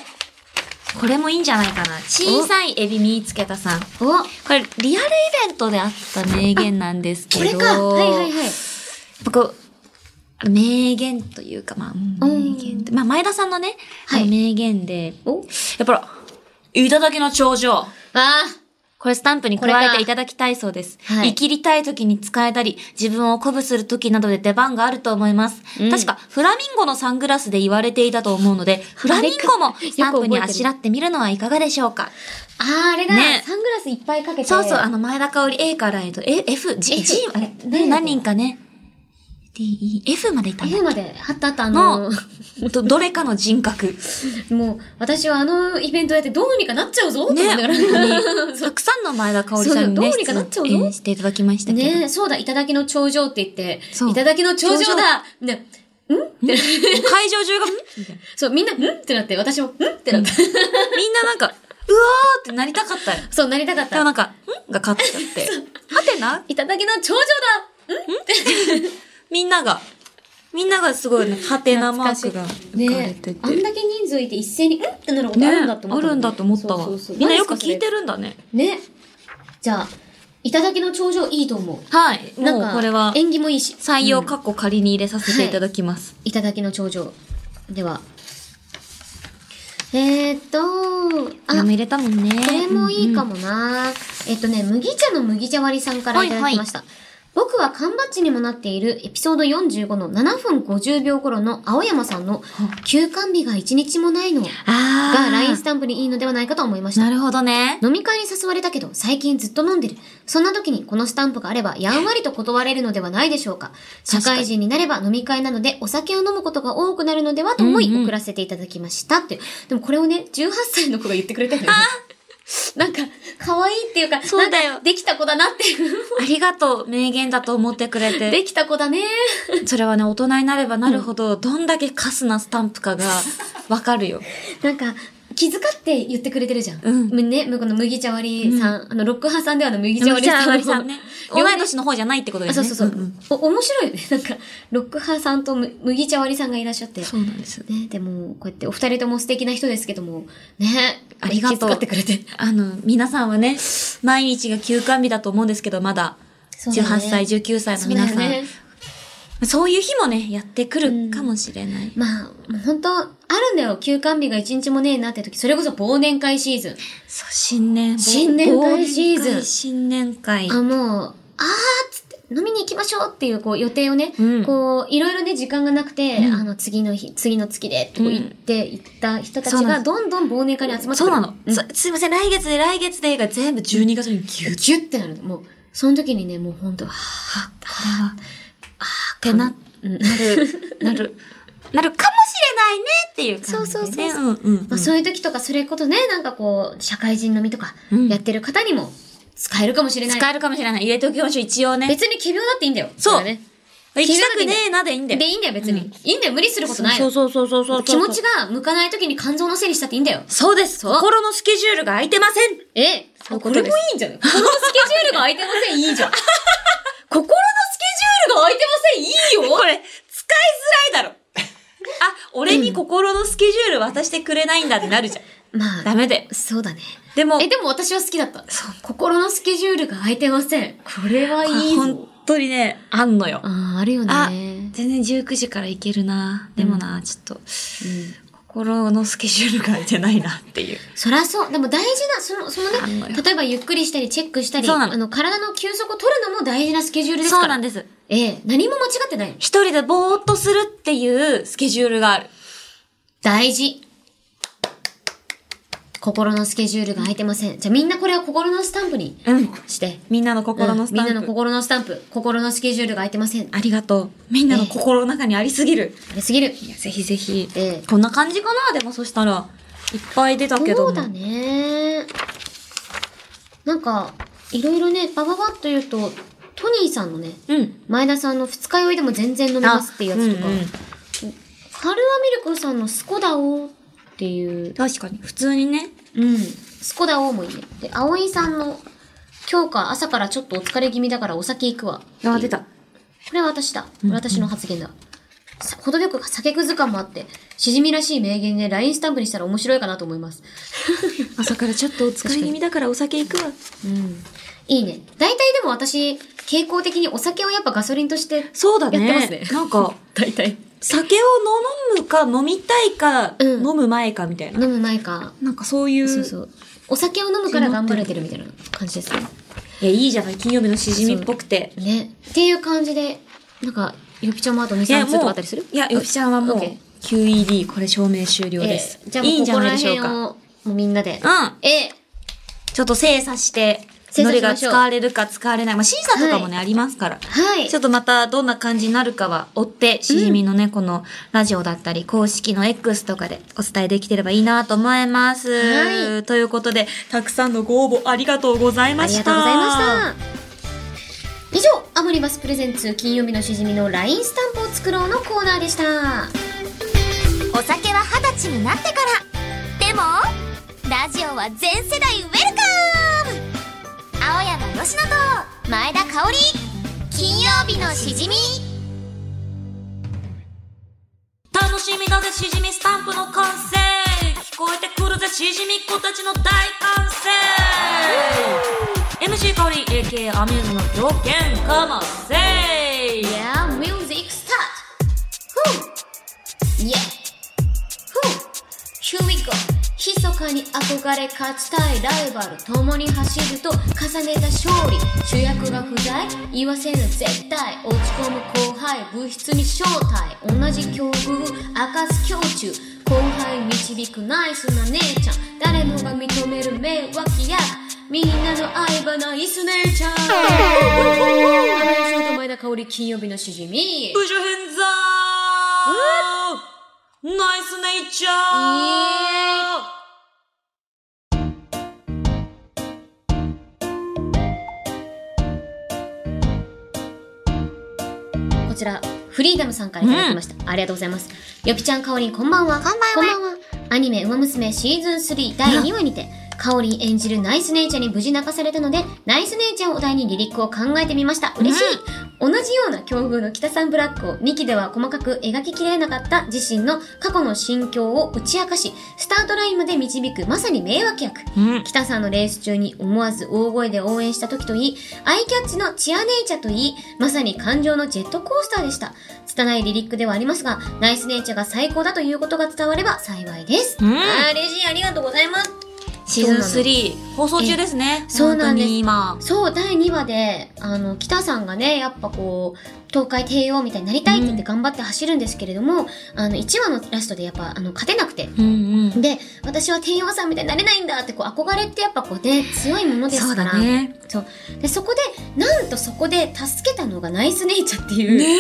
Speaker 3: これもいいんじゃないかな。小さいエビ見つけたさん。こ
Speaker 2: お
Speaker 3: れ、リアルイベントであった名言なんですけ
Speaker 2: こ
Speaker 3: ど。
Speaker 2: れか。はいはいはい。
Speaker 3: やっぱこう、名言というか、まあ、うん名言ってまあ、前田さんのね、
Speaker 2: はい
Speaker 3: あの名言で、やっぱり、頂きの頂上。
Speaker 2: あ
Speaker 3: これスタンプに
Speaker 2: これ
Speaker 3: 加え
Speaker 2: か
Speaker 3: ていただきたいそうです。
Speaker 2: はい
Speaker 3: 生きりたい時に使えたり、自分を鼓舞する時などで出番があると思います。確か、フラミンゴのサングラスで言われていたと
Speaker 2: (laughs)
Speaker 3: 思うので、フラミンゴもスタンプにあしらってみるのはいかがでしょうか。
Speaker 2: あ。ああ、あれだ、
Speaker 3: ね
Speaker 2: サングラスいっぱいかけて。
Speaker 3: そうそう、あの、前田香織 A から A と、え F、G、G、あれ、
Speaker 2: 誰だっけ
Speaker 3: 何人かね、D、E、F までいたんだ
Speaker 2: F まで、あったあった、あの
Speaker 3: の、、どどれかの人格。
Speaker 2: もう、私はあのイベントやってどうにかなっちゃうぞって思い
Speaker 3: ね、
Speaker 2: な (laughs) が
Speaker 3: 本
Speaker 2: ら。
Speaker 3: 当に。たくさんの前田香織さん
Speaker 2: そ
Speaker 3: に
Speaker 2: う
Speaker 3: ね、
Speaker 2: どうにかなっちゃうぞ
Speaker 3: 出演していただきましたけ
Speaker 2: (laughs)
Speaker 3: ど。
Speaker 2: ねえ、そうだ、頂きの頂上って言って、
Speaker 3: そう
Speaker 2: 頂きの頂上だね、 (laughs)
Speaker 3: 会場中が、んみたいな
Speaker 2: そう、みんな、んってなって、私も、んってなって。
Speaker 3: みんななんか、うわーってなりたかったよ。
Speaker 2: そう、なりたかっ
Speaker 3: でも
Speaker 2: た。
Speaker 3: なんか、んが勝っ
Speaker 2: (laughs)
Speaker 3: ちゃって。はてな
Speaker 2: 頂きの頂上だん
Speaker 3: みんなが、みんながすごいね、はてなマークが浮かれ
Speaker 2: ね
Speaker 3: て
Speaker 2: え
Speaker 3: て。
Speaker 2: あんだけ人数いて一斉に、んってなることあるんだと思
Speaker 3: あ
Speaker 2: った。
Speaker 3: るんだと思ったわ
Speaker 2: そうそうそう。
Speaker 3: みんなよく聞いて
Speaker 2: る。
Speaker 3: るんだね。
Speaker 2: ね。じゃあ、頂きの頂上いいと思
Speaker 3: はい。
Speaker 2: う。なん
Speaker 3: もう
Speaker 2: か、
Speaker 3: これは、
Speaker 2: 縁起もいいし。
Speaker 3: 採用
Speaker 2: うん
Speaker 3: かっこ仮に入れさせていただきます。
Speaker 2: 頂きの頂上。では。えーっと、
Speaker 3: あ、
Speaker 2: あ、
Speaker 3: 入れたもんね。
Speaker 2: これもいいかもな、えっとね、麦茶の麦茶割りさんからいただきました。僕は缶バッジにもなっているエピソード45の7分50秒頃の青山さんの休館日が1日もないのが
Speaker 3: あー
Speaker 2: LINE スタンプにいいのではないかと思いました
Speaker 3: な。るほどね。
Speaker 2: 飲み会に誘われたけど最近ずっと飲んでる。そんな時にこのスタンプがあればやんわりと断れるのではないでしょうか。社
Speaker 3: 確かに
Speaker 2: 会人になれば飲み会なのでお酒を飲むことが多くなるのではと思い
Speaker 3: うんうん
Speaker 2: 送らせていただきましたっていう。でもこれをね、18歳の子が言ってくれたよね。 (laughs) なんか、可愛いっていうか、
Speaker 3: そうだよ
Speaker 2: なんかできた子だなっていう。
Speaker 3: ありがとう、名言だと思ってくれて。
Speaker 2: できた子
Speaker 3: (laughs)
Speaker 2: だね。
Speaker 3: それはね、大人になればなるほど、どんだけカスなスタンプかが、わかるよ。
Speaker 2: なんか、気遣って言ってくれてるじゃん。
Speaker 3: うん
Speaker 2: むね、この麦茶割りさん、あの、ロック派さんではの麦茶割りさんの。
Speaker 3: 割りさんね。同い年の方じゃないってことで
Speaker 2: あ
Speaker 3: す
Speaker 2: そう
Speaker 3: ね。
Speaker 2: そうそう、
Speaker 3: んん
Speaker 2: お面白いよね (laughs) なんかロック派さんとむ麦茶割りさんがいらっしゃって
Speaker 3: そうなんです。
Speaker 2: ねでもこうやってお二人とも素敵な人ですけどもね
Speaker 3: ありがとう
Speaker 2: 気遣ってくれて
Speaker 3: あの、皆さんはね、毎日が休館日だと思うんですけど、まだ、
Speaker 2: そうだね
Speaker 3: 18歳、19歳の皆さん、
Speaker 2: そうだよね
Speaker 3: そういう日もね、やってくるかもしれない。
Speaker 2: まあ、もう本当あるんだよ。休館日が一日もねえなって時、それこそ忘年会シーズン。
Speaker 3: そう、新年。
Speaker 2: 新年会シーズン
Speaker 3: 忘年会新年会。
Speaker 2: あ、もう、あーっつって、飲みに行きましょうっていう、こう、予定をね、
Speaker 3: うん
Speaker 2: こう、いろいろね、時間がなくて、
Speaker 3: うん
Speaker 2: あの、次の日、次の月で、とこう行って、行った人た
Speaker 3: そ
Speaker 2: ち
Speaker 3: うな
Speaker 2: が、
Speaker 3: んです
Speaker 2: どんどん忘年会に集まってく
Speaker 3: そ
Speaker 2: る
Speaker 3: うなの、
Speaker 2: ん
Speaker 3: そすいません、来月で来月でが全部12月にギュッ
Speaker 2: ギュッてなるの。もう、その時にね、もう本当はぁ、
Speaker 3: これは、あーってな、
Speaker 2: うん
Speaker 3: なる、
Speaker 2: (laughs)
Speaker 3: なる、なるかもしれないねっていう感じで、ね。。
Speaker 2: そうそうそう
Speaker 3: うんうん、
Speaker 2: まあ、そういう時とか、それこそね、なんかこう、社会人飲みとか
Speaker 3: うん、
Speaker 2: やってる方にも、使えるかもしれない。
Speaker 3: 使えるかもしれない。入れておきましょう、一応ね。
Speaker 2: 別に仮病だっていいんだよ。
Speaker 3: そう
Speaker 2: だからね。
Speaker 3: 行きたくねえなでいいんだよ。
Speaker 2: で、いいんだよ、別に。
Speaker 3: うん
Speaker 2: いいんだよ、無理することない
Speaker 3: そ
Speaker 2: の
Speaker 3: うそうそうそうそうそう。
Speaker 2: 気持ちが向かない時に肝臓のせいにしたっていいんだよ。
Speaker 3: そうです。心のスケジュールが空いてません。
Speaker 2: ええ、
Speaker 3: そういう
Speaker 2: こ
Speaker 3: こ
Speaker 2: とれ
Speaker 3: です
Speaker 2: もいいんじゃないこのスケジュールが空いてません、いいじゃん。心のスケジュールが空いてません、いいよ
Speaker 3: (laughs) これ、使いづらいだろ。 (laughs) あ、俺に心のスケジュール渡してくれないんだってなるじゃん。
Speaker 2: まあ、
Speaker 3: ダメだよ。
Speaker 2: そうだね。
Speaker 3: でも、
Speaker 2: え、でも私は好きだった。心のスケジュールが空いてません。これはいいぞ。
Speaker 3: 本当にね、あんのよ。
Speaker 2: ああ、あるよ
Speaker 3: あ、
Speaker 2: ね
Speaker 3: 全。然19時から行けるな。でもな、ちょっと、心のスケジュールが空いてないなっていう。
Speaker 2: そらそう。でも大事な、その、その
Speaker 3: あんのよ
Speaker 2: ね、例えばゆっくりしたり、チェックしたり、
Speaker 3: そうなの
Speaker 2: あの、体の休息を取るのも大事なスケジュールですから。
Speaker 3: そうなんです。
Speaker 2: ええ、何も間違ってない。
Speaker 3: 一人でぼーっとするっていうスケジュールがある。
Speaker 2: 大事。心のスケジュールが空いてません。じゃあみんなこれを心のスタンプに
Speaker 3: うん。
Speaker 2: して。
Speaker 3: みんなの心のスタンプ。
Speaker 2: うんみんなの心のスタンプ。心のスケジュールが空いてません。あ
Speaker 3: ありがとう。みんなの心の中にありすぎる。
Speaker 2: れすぎる。
Speaker 3: いや、ぜひぜひ。
Speaker 2: ええ
Speaker 3: こんな感じかなでもそしたら、いっぱい出たけども。
Speaker 2: そうだね。なんか、いろいろね、バババッと言うと、トニーさんのね、
Speaker 3: うん。
Speaker 2: 前田さんの二日酔いでも全然飲みますっていうやつとか、
Speaker 3: あうんうん
Speaker 2: カルアミルクさんのスコダオっていう
Speaker 3: 確かに。普通にね。
Speaker 2: うん。スコダオもいいね。で、葵さんの、今日か朝からちょっとお疲れ気味だからお酒行くわ。
Speaker 3: あー、出た。
Speaker 2: これは私だ。これ私の発言だ。さ程よく酒くず感もあって、しじみらしい名言で LINE スタンプにしたら面白いかなと思います。
Speaker 3: 朝からちょっとお疲れ気味だからお酒行くわ。
Speaker 2: うん。いいね。大体でも私、傾向的にお酒をやっぱガソリンとして、
Speaker 3: そうだね。
Speaker 2: やってますね
Speaker 3: なんか、
Speaker 2: 大体。
Speaker 3: 酒を飲むか飲みたいか、
Speaker 2: うん
Speaker 3: 飲む前かみたいな。
Speaker 2: 飲む前か。
Speaker 3: なんかそういう。
Speaker 2: そうそう。お酒を飲むから頑張れてるみたいな感じですね。
Speaker 3: いや、いいじゃない。金曜日のしじみっぽくて。
Speaker 2: ね。っていう感じで、なんか、よぴちゃんもあと2、
Speaker 3: いや、
Speaker 2: 3つと
Speaker 3: も
Speaker 2: かあ
Speaker 3: う
Speaker 2: ったりする、
Speaker 3: いや、よぴちゃんはもう
Speaker 2: オッケー、
Speaker 3: QED、これ証明終了です。
Speaker 2: えーじゃあ
Speaker 3: いいんじ
Speaker 2: もう
Speaker 3: ゃ
Speaker 2: ここ
Speaker 3: ない
Speaker 2: ら
Speaker 3: でしょう
Speaker 2: 辺
Speaker 3: か。
Speaker 2: を、もうみんなで。
Speaker 3: うん。
Speaker 2: え
Speaker 3: ちょっと精査して、
Speaker 2: 精
Speaker 3: ど
Speaker 2: 査
Speaker 3: れ
Speaker 2: し
Speaker 3: が
Speaker 2: まし
Speaker 3: 使
Speaker 2: ょう
Speaker 3: われるか使われない。まあ、審査とかもね、
Speaker 2: は
Speaker 3: ありますから。
Speaker 2: はい
Speaker 3: ちょっとまたどんな感じになるかは追って、しじみのね、このラジオだったり、公式の X とかでお伝えできてればいいなと思います。
Speaker 2: は
Speaker 3: ということで、たくさんのご応募ありがとうござい
Speaker 2: あ
Speaker 3: ま
Speaker 2: り
Speaker 3: し
Speaker 2: が
Speaker 3: た。
Speaker 2: とうございました。以上、アモリバスプレゼンツ金曜日のしじみの LINE スタンプを作ろうのコーナーでした。
Speaker 6: お酒は二十歳になってからでもラジオは全世代ウェルカム青山佳乃と前田香織金曜日のしじみ
Speaker 3: 楽しみだぜしじみスタンプの完成聞こえてくるぜしじみっ子たちの大歓声 MC 香り AK アミューズの条件かませ
Speaker 2: Yeah, music start! Whew. Yeah! Whew. Here we go! 密かに憧れ勝ちたいライバル共に走ると重ねた勝利主役が不在言わせぬ絶対落ち込む後輩部室に招待同じ境遇明かす胸中後輩導くナイスな姉ちゃん誰もが認める名脇役みんなの愛はナイス姉ちゃんアナウンサーと前田香織金曜日のしじみ
Speaker 3: 部署変座ナイスネイチャー
Speaker 2: こちら、フリーダムさんからいただきました。ありがとうございます。よぴちゃん、かおりん、こんばんは。こんばんは。アニメ、ウマ娘シーズン3第2話にて、カオリン演じるナイスネイチャーに無事泣かされたので、ナイスネイチャーをお題にリリックを考えてみました。嬉しい、同じような境遇の北さんブラックを2期では細かく描ききれなかった自身の過去の心境を打ち明かし、スタートラインまで導くまさに名脇役。
Speaker 3: うん。
Speaker 2: 北さんのレース中に思わず大声で応援した時といい、アイキャッチのチアネイチャーといい、まさに感情のジェットコースターでした。拙いリリックではありますが、ナイスネイチャーが最高だということが伝われば幸いです。
Speaker 3: うん
Speaker 2: あー嬉しい、ありがとうございます。
Speaker 3: シーズン3、放送中ですね。
Speaker 2: そうなんです
Speaker 3: 本当に今。
Speaker 2: そう、第2話で、あの、北さんがね、やっぱこう、東海帝王みたいになりたいって言って頑張って走るんですけれども、あの、1話のラストでやっぱ、あの、勝てなくて。
Speaker 3: うんうん。
Speaker 2: で、私は帝王さんみたいになれないんだって、こう、憧れってやっぱこうね、強いものです
Speaker 3: そう
Speaker 2: から。
Speaker 3: だね。
Speaker 2: そう。で、そこで、なんとそこで助けたのがナイスネイチャーっていう。
Speaker 3: ね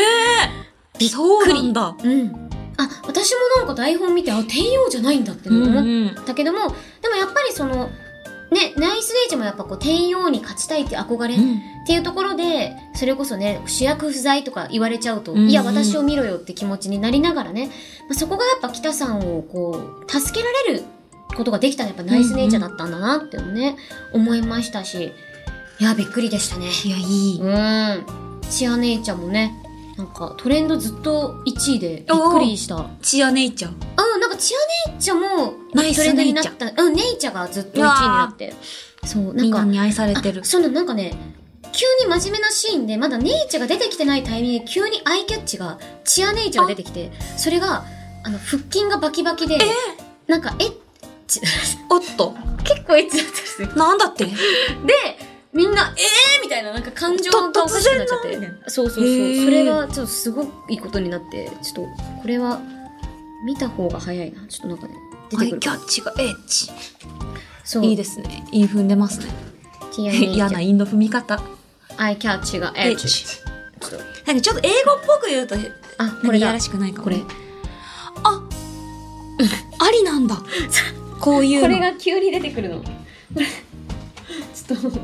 Speaker 3: え。そうなんだ。
Speaker 2: うん。あ、私もなんか台本見て、あ、帝王じゃないんだって思っ
Speaker 3: ん。
Speaker 2: だけども、でもやっぱりその、ね、ナイスネイチャーもやっぱこう、帝王に勝ちたいって憧れ
Speaker 3: うん
Speaker 2: っていうところで、それこそね、主役不在とか言われちゃうと、
Speaker 3: うんうん
Speaker 2: いや、私を見ろよって気持ちになりながらね、まあ、そこがやっぱ北さんをこう、助けられることができたのはやっぱナイスネイチャーだったんだなっていうのね、思いましたし、いや、びっくりでしたね。
Speaker 3: いや、いい。
Speaker 2: うん。チアネイチャーもね、なんかトレンドずっと1位でびっくりした。
Speaker 3: チアネイチャー。
Speaker 2: うん、なんかチアネイチャも
Speaker 3: ナイス
Speaker 2: トレンドになった。うん、ネイチャがずっと1位になって。そう、な
Speaker 3: み
Speaker 2: ん
Speaker 3: んな
Speaker 2: か、
Speaker 3: に愛されてる
Speaker 2: あ。そうなのなんかね、急に真面目なシーンで、まだネイチャが出てきてないタイミングで急にアイキャッチが、チアネイチャが出てきて、それが、あの、腹筋がバキバキで、なんか、え、ち (laughs)
Speaker 3: おっと。
Speaker 2: 結構エッチだったんですよ。
Speaker 3: なんだって
Speaker 2: で、みんな、えーみたいな、なんか感情がおかしくなっちゃっ
Speaker 3: と突然
Speaker 2: て
Speaker 3: な。
Speaker 2: そうそうそう。
Speaker 3: へー
Speaker 2: それが、ちょっとすごくいいことになって、ちょっと、これは、見た方が早いな。ちょっとなんかね、出
Speaker 3: ア
Speaker 2: てく
Speaker 3: イ
Speaker 2: る
Speaker 3: キ
Speaker 2: か
Speaker 3: ャ
Speaker 2: ら。
Speaker 3: ッチがエッチ。
Speaker 2: そう。
Speaker 3: いいですね。イン踏んでますね。
Speaker 2: ティアニー
Speaker 3: 嫌なインの踏み方。
Speaker 2: アイキャッチがエッ
Speaker 3: エッ
Speaker 2: チ。
Speaker 3: チ。
Speaker 2: ちょっと
Speaker 3: なんかちょっと英語っぽく言うと、
Speaker 2: あ、こ
Speaker 3: こ
Speaker 2: れ
Speaker 3: れや
Speaker 2: だ
Speaker 3: ら。しくないかも。
Speaker 2: これ。。
Speaker 3: あ、ありなん (laughs) だ。こういうの。
Speaker 2: これが急に出てく
Speaker 3: (laughs)
Speaker 2: るの。これちょっと。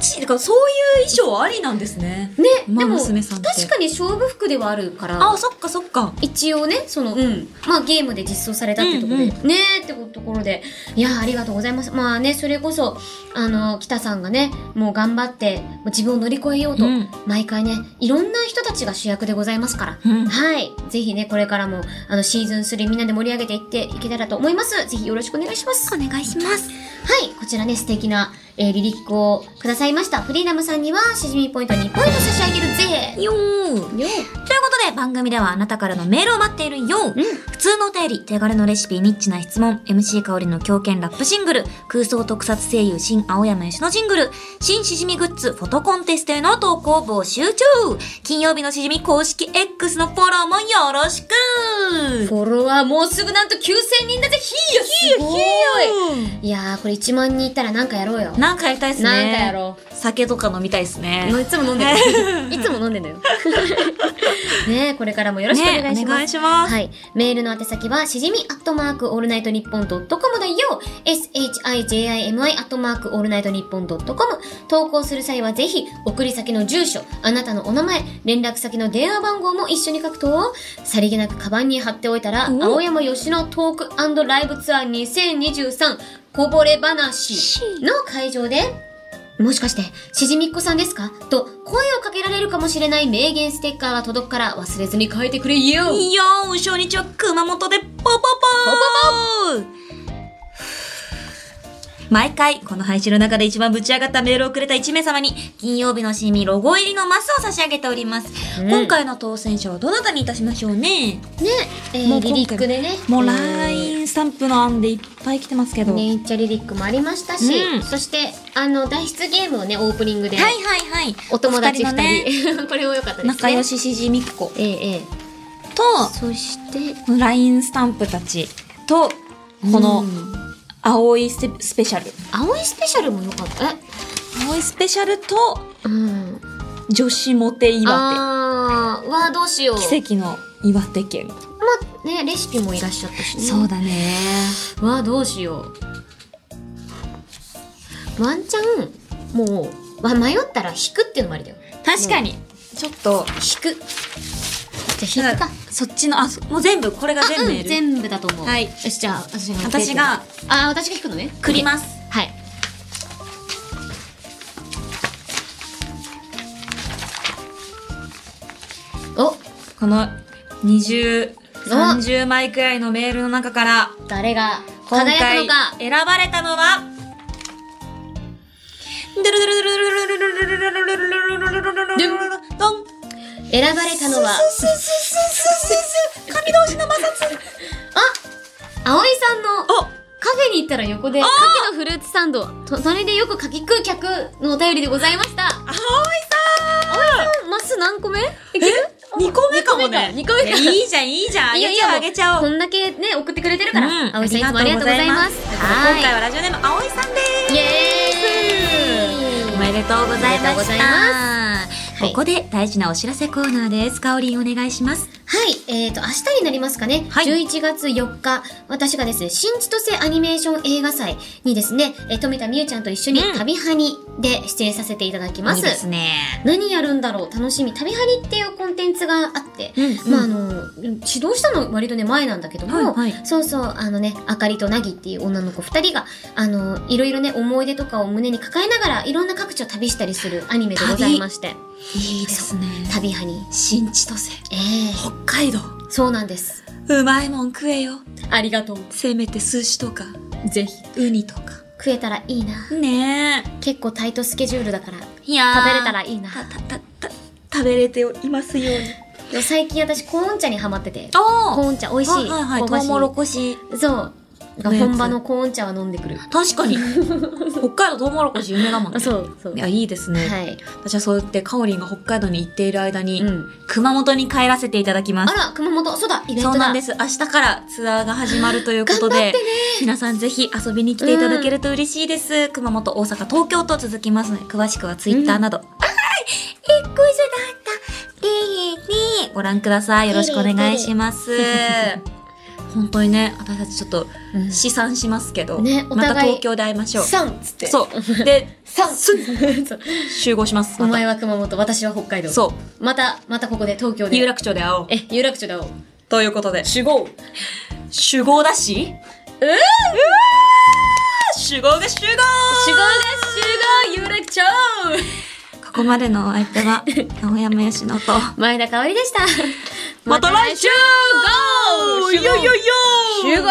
Speaker 3: ちだからそういう衣装ありなんですね。
Speaker 2: ね、
Speaker 3: ま
Speaker 2: で
Speaker 3: あ
Speaker 2: も、
Speaker 3: 娘さんって
Speaker 2: 確かに勝負服ではあるから
Speaker 3: あ、、そっかそっか。
Speaker 2: 一応ね、その、うん。まあ、ゲームで実装されたってところで、
Speaker 3: うん
Speaker 2: ねーってところで、いやーありがとうございます。まあね、それこそ、あの、北さんがね、もう頑張って、もう自分を乗り越えようと、
Speaker 3: うん
Speaker 2: 毎回ね、いろんな人たちが主役でございますから、
Speaker 3: うん
Speaker 2: はい。ぜひね、これからも、あの、シーズン3みんなで盛り上げていっていけたらと思います。ぜひよろしくお願いします。
Speaker 3: お願いします。
Speaker 2: はい、こちらね、素敵な、えー、リリックをくださいました。フリーダムさんには、しじみポイント2ポイント差し上げるぜ
Speaker 3: よー。
Speaker 2: よ
Speaker 3: ということで番組ではあなたからのメールを待っているよ、普通のお便り手軽のレシピニッチな質問 MC 香りの狂犬ラップシングル空想特撮声優新青山吉野ジングル新しじみグッズフォトコンテストへの投稿募集中金曜日のしじみ公式 X のフォローもよろしく
Speaker 2: フォロワーもうすぐなんと9000人だぜひよひよ
Speaker 3: お
Speaker 2: いやー、これ1万人いったらなんかやろうよ。
Speaker 3: なんかやりたいっすね
Speaker 2: なんかやろ
Speaker 3: 酒とか飲みたいっすね
Speaker 2: う。いつも飲んで (laughs) る。いつも飲んでんだよ。ねえ、これからもよろしくお願いし
Speaker 3: ねお
Speaker 2: ます
Speaker 3: 願い。します、
Speaker 2: はい。メールの宛先は、しじみアットマークオールナイトニッポンドットコムだよ !shijimi アットマークオールナイトニッポンドットコム投稿する際はぜひ、送り先の住所、あなたのお名前、連絡先の電話番号も一緒に書くと、さりげなくカバンに貼っておいたら、
Speaker 3: お
Speaker 2: 青山吉野トークライブツアー2023こぼれ話の会場で、もしかして、しじみっこさんですかと、声をかけられるかもしれない名言ステッカーが届くから忘れずに書いてくれよ
Speaker 3: よー初日は熊本でポポポー毎回、この配信の中で一番ぶち上がったメールをくれた1名様に、金曜日のしみロゴ入りのマスを差し上げております。
Speaker 2: うん
Speaker 3: 今回の当選者はどなたにいたしましょうね。
Speaker 2: ね、えー
Speaker 3: もう今回
Speaker 2: リリックでね。
Speaker 3: もう
Speaker 2: えー
Speaker 3: LINE スタンプの案でいっぱい来てますけど。
Speaker 2: ネイチャーリリックもありましたし、
Speaker 3: うん
Speaker 2: そして、あの、脱出ゲームをね、オープニングで、
Speaker 3: はいはいはい。
Speaker 2: お友達
Speaker 3: お
Speaker 2: 2
Speaker 3: 二
Speaker 2: 人、
Speaker 3: のね、
Speaker 2: (laughs) これも良かったですね。
Speaker 3: 仲良。ししじみっこ
Speaker 2: ええええ
Speaker 3: と、
Speaker 2: そして、
Speaker 3: LINE スタンプたちと、この、青いスペスペシャル。
Speaker 2: 青いスペシャルも良かった。え
Speaker 3: 青いスペシャルと、
Speaker 2: うん。
Speaker 3: 女子モテ岩
Speaker 2: あー、わーどうしよう。
Speaker 3: 手。奇跡の岩手県。
Speaker 2: まあ、ね、レシピもいらっしゃったしね。
Speaker 3: そうだね。
Speaker 2: わあどうしようワンチャンもうわ迷ったら引くっていうのもありだよ
Speaker 3: 確かに。ちょっと、
Speaker 2: 引くじゃあ引いてた。
Speaker 3: そっちの、あ、そもう全部、これが
Speaker 2: う
Speaker 3: 全部
Speaker 2: ん、全部だと思う。
Speaker 3: はい
Speaker 2: よし、じゃあ、私が。
Speaker 3: 私が。
Speaker 2: あー、私が引くのね。
Speaker 3: くります。
Speaker 2: はい。お、
Speaker 3: この20、30枚くらいのメールの中から、
Speaker 2: 誰が
Speaker 3: 今回
Speaker 2: 輝くのか。
Speaker 3: 選ばれたのは、ドン
Speaker 2: 選ばれたのは、
Speaker 3: 髪同士の摩擦
Speaker 2: あ葵さんの
Speaker 3: お
Speaker 2: カフェに行ったら横で、牡蠣のフルーツサンド、隣でよく牡蠣食う客のお便りでございました。葵さんマス何個目いける
Speaker 3: 二個目かもね。
Speaker 2: 二個目か二個目か
Speaker 3: いいじゃん、いいじゃん。あ
Speaker 2: いいよ
Speaker 3: げ
Speaker 2: いい
Speaker 3: ち
Speaker 2: よ
Speaker 3: ゃおう、あげちゃお
Speaker 2: こ
Speaker 3: う。
Speaker 2: んだけね、送ってくれてるか
Speaker 3: うん
Speaker 2: ら、葵さんいつもありがとうございます。
Speaker 3: 今回
Speaker 2: は
Speaker 3: はラジオネーム、あおいさんで
Speaker 2: ーい。イエー
Speaker 3: す。お
Speaker 2: イ
Speaker 3: めでとうございま
Speaker 2: おめでとうご
Speaker 3: し
Speaker 2: ざい
Speaker 3: た。
Speaker 2: はい
Speaker 3: ここで大事なお知らせコーナーです。かおりんお願いします。
Speaker 2: はい、えー、と、明日になりますかね、
Speaker 3: はい
Speaker 2: 11月4日、私がですね、新千歳アニメーション映画祭にですね、えー富田美優ちゃんと一緒に
Speaker 3: うん
Speaker 2: 旅ハニで出演させていただきます。
Speaker 3: いいですね。
Speaker 2: 何やるんだろう楽しみ。旅ハニっていうコンテンツがあって、
Speaker 3: うんうん
Speaker 2: まあ、あの、指導したの割とね、前なんだけども、
Speaker 3: はいはい
Speaker 2: そうそう、あのね、あかりとなぎっていう女の子二人が、あの、いろいろね、思い出とかを胸に抱えながら、いろんな各地を旅したりするアニメでございまして、
Speaker 3: いいですね。
Speaker 2: 旅ハニ。
Speaker 3: 新千歳、
Speaker 2: ええ
Speaker 3: 北海道、
Speaker 2: そうなんです。
Speaker 3: うまいもん食えよ。
Speaker 2: ありがとう。
Speaker 3: せめて寿司とか、
Speaker 2: ぜひ。
Speaker 3: ウニとか。
Speaker 2: 食えたらいいな。
Speaker 3: ね
Speaker 2: 結構タイトスケジュールだから、食
Speaker 3: え。いやー
Speaker 2: べれたらいいな。
Speaker 3: た、た、た、た、食べれていますように。
Speaker 2: でも最近私、コーン茶にハマってて、
Speaker 3: お
Speaker 2: コーン茶美味しい。
Speaker 3: はいはいはい。
Speaker 2: 香ば
Speaker 3: ト
Speaker 2: し
Speaker 3: ウモロコシ。
Speaker 2: そう。
Speaker 3: のやつ
Speaker 2: 本場のコーン茶は飲んでくる。
Speaker 3: 確 (laughs) かに。北海道トウモロコシ有名だもんね。
Speaker 2: あそうそう
Speaker 3: いや、いいですね。
Speaker 2: はい。
Speaker 3: 私はそうやって、かおりんが北海道に行っている間に、
Speaker 2: うん
Speaker 3: 熊本に帰らせていただきま
Speaker 2: あ
Speaker 3: す。
Speaker 2: ら、熊本、そうだ、イベントだ。
Speaker 3: そうなんです。明日からツアーが始まるということ
Speaker 2: 頑張
Speaker 3: で、
Speaker 2: ってね
Speaker 3: 皆さんぜひ遊びに来ていただけると嬉しいです。熊本、大阪、東京と続きますので、詳しくはツイッターなど、あーい、一個一緒だった、でーでーご覧ください。よろしくお願いします。本当にね、私たちちょっと
Speaker 2: うん
Speaker 3: 試算しますけど、
Speaker 2: ねお
Speaker 3: ま
Speaker 2: 互い
Speaker 3: た東京で会いましょう。
Speaker 2: サンっつって。 (laughs)
Speaker 3: そう。で、
Speaker 2: サン
Speaker 3: す
Speaker 2: (laughs)
Speaker 3: 集合します。
Speaker 2: お
Speaker 3: また
Speaker 2: 前は熊本、私は北海道。。
Speaker 3: そう
Speaker 2: また、またここで東京
Speaker 3: う。
Speaker 2: で。
Speaker 3: 有楽町で会おう。
Speaker 2: え、有楽町だお。
Speaker 3: ということで。
Speaker 2: 集合。
Speaker 3: 集合だしうわー集合が集合
Speaker 2: 集合です集合有楽町
Speaker 3: ここまでのお相
Speaker 2: (laughs)
Speaker 3: 手は、青山よしのと、
Speaker 2: 前田香織でした。
Speaker 3: また来週
Speaker 2: ゴー
Speaker 3: よいよいよ
Speaker 2: 集合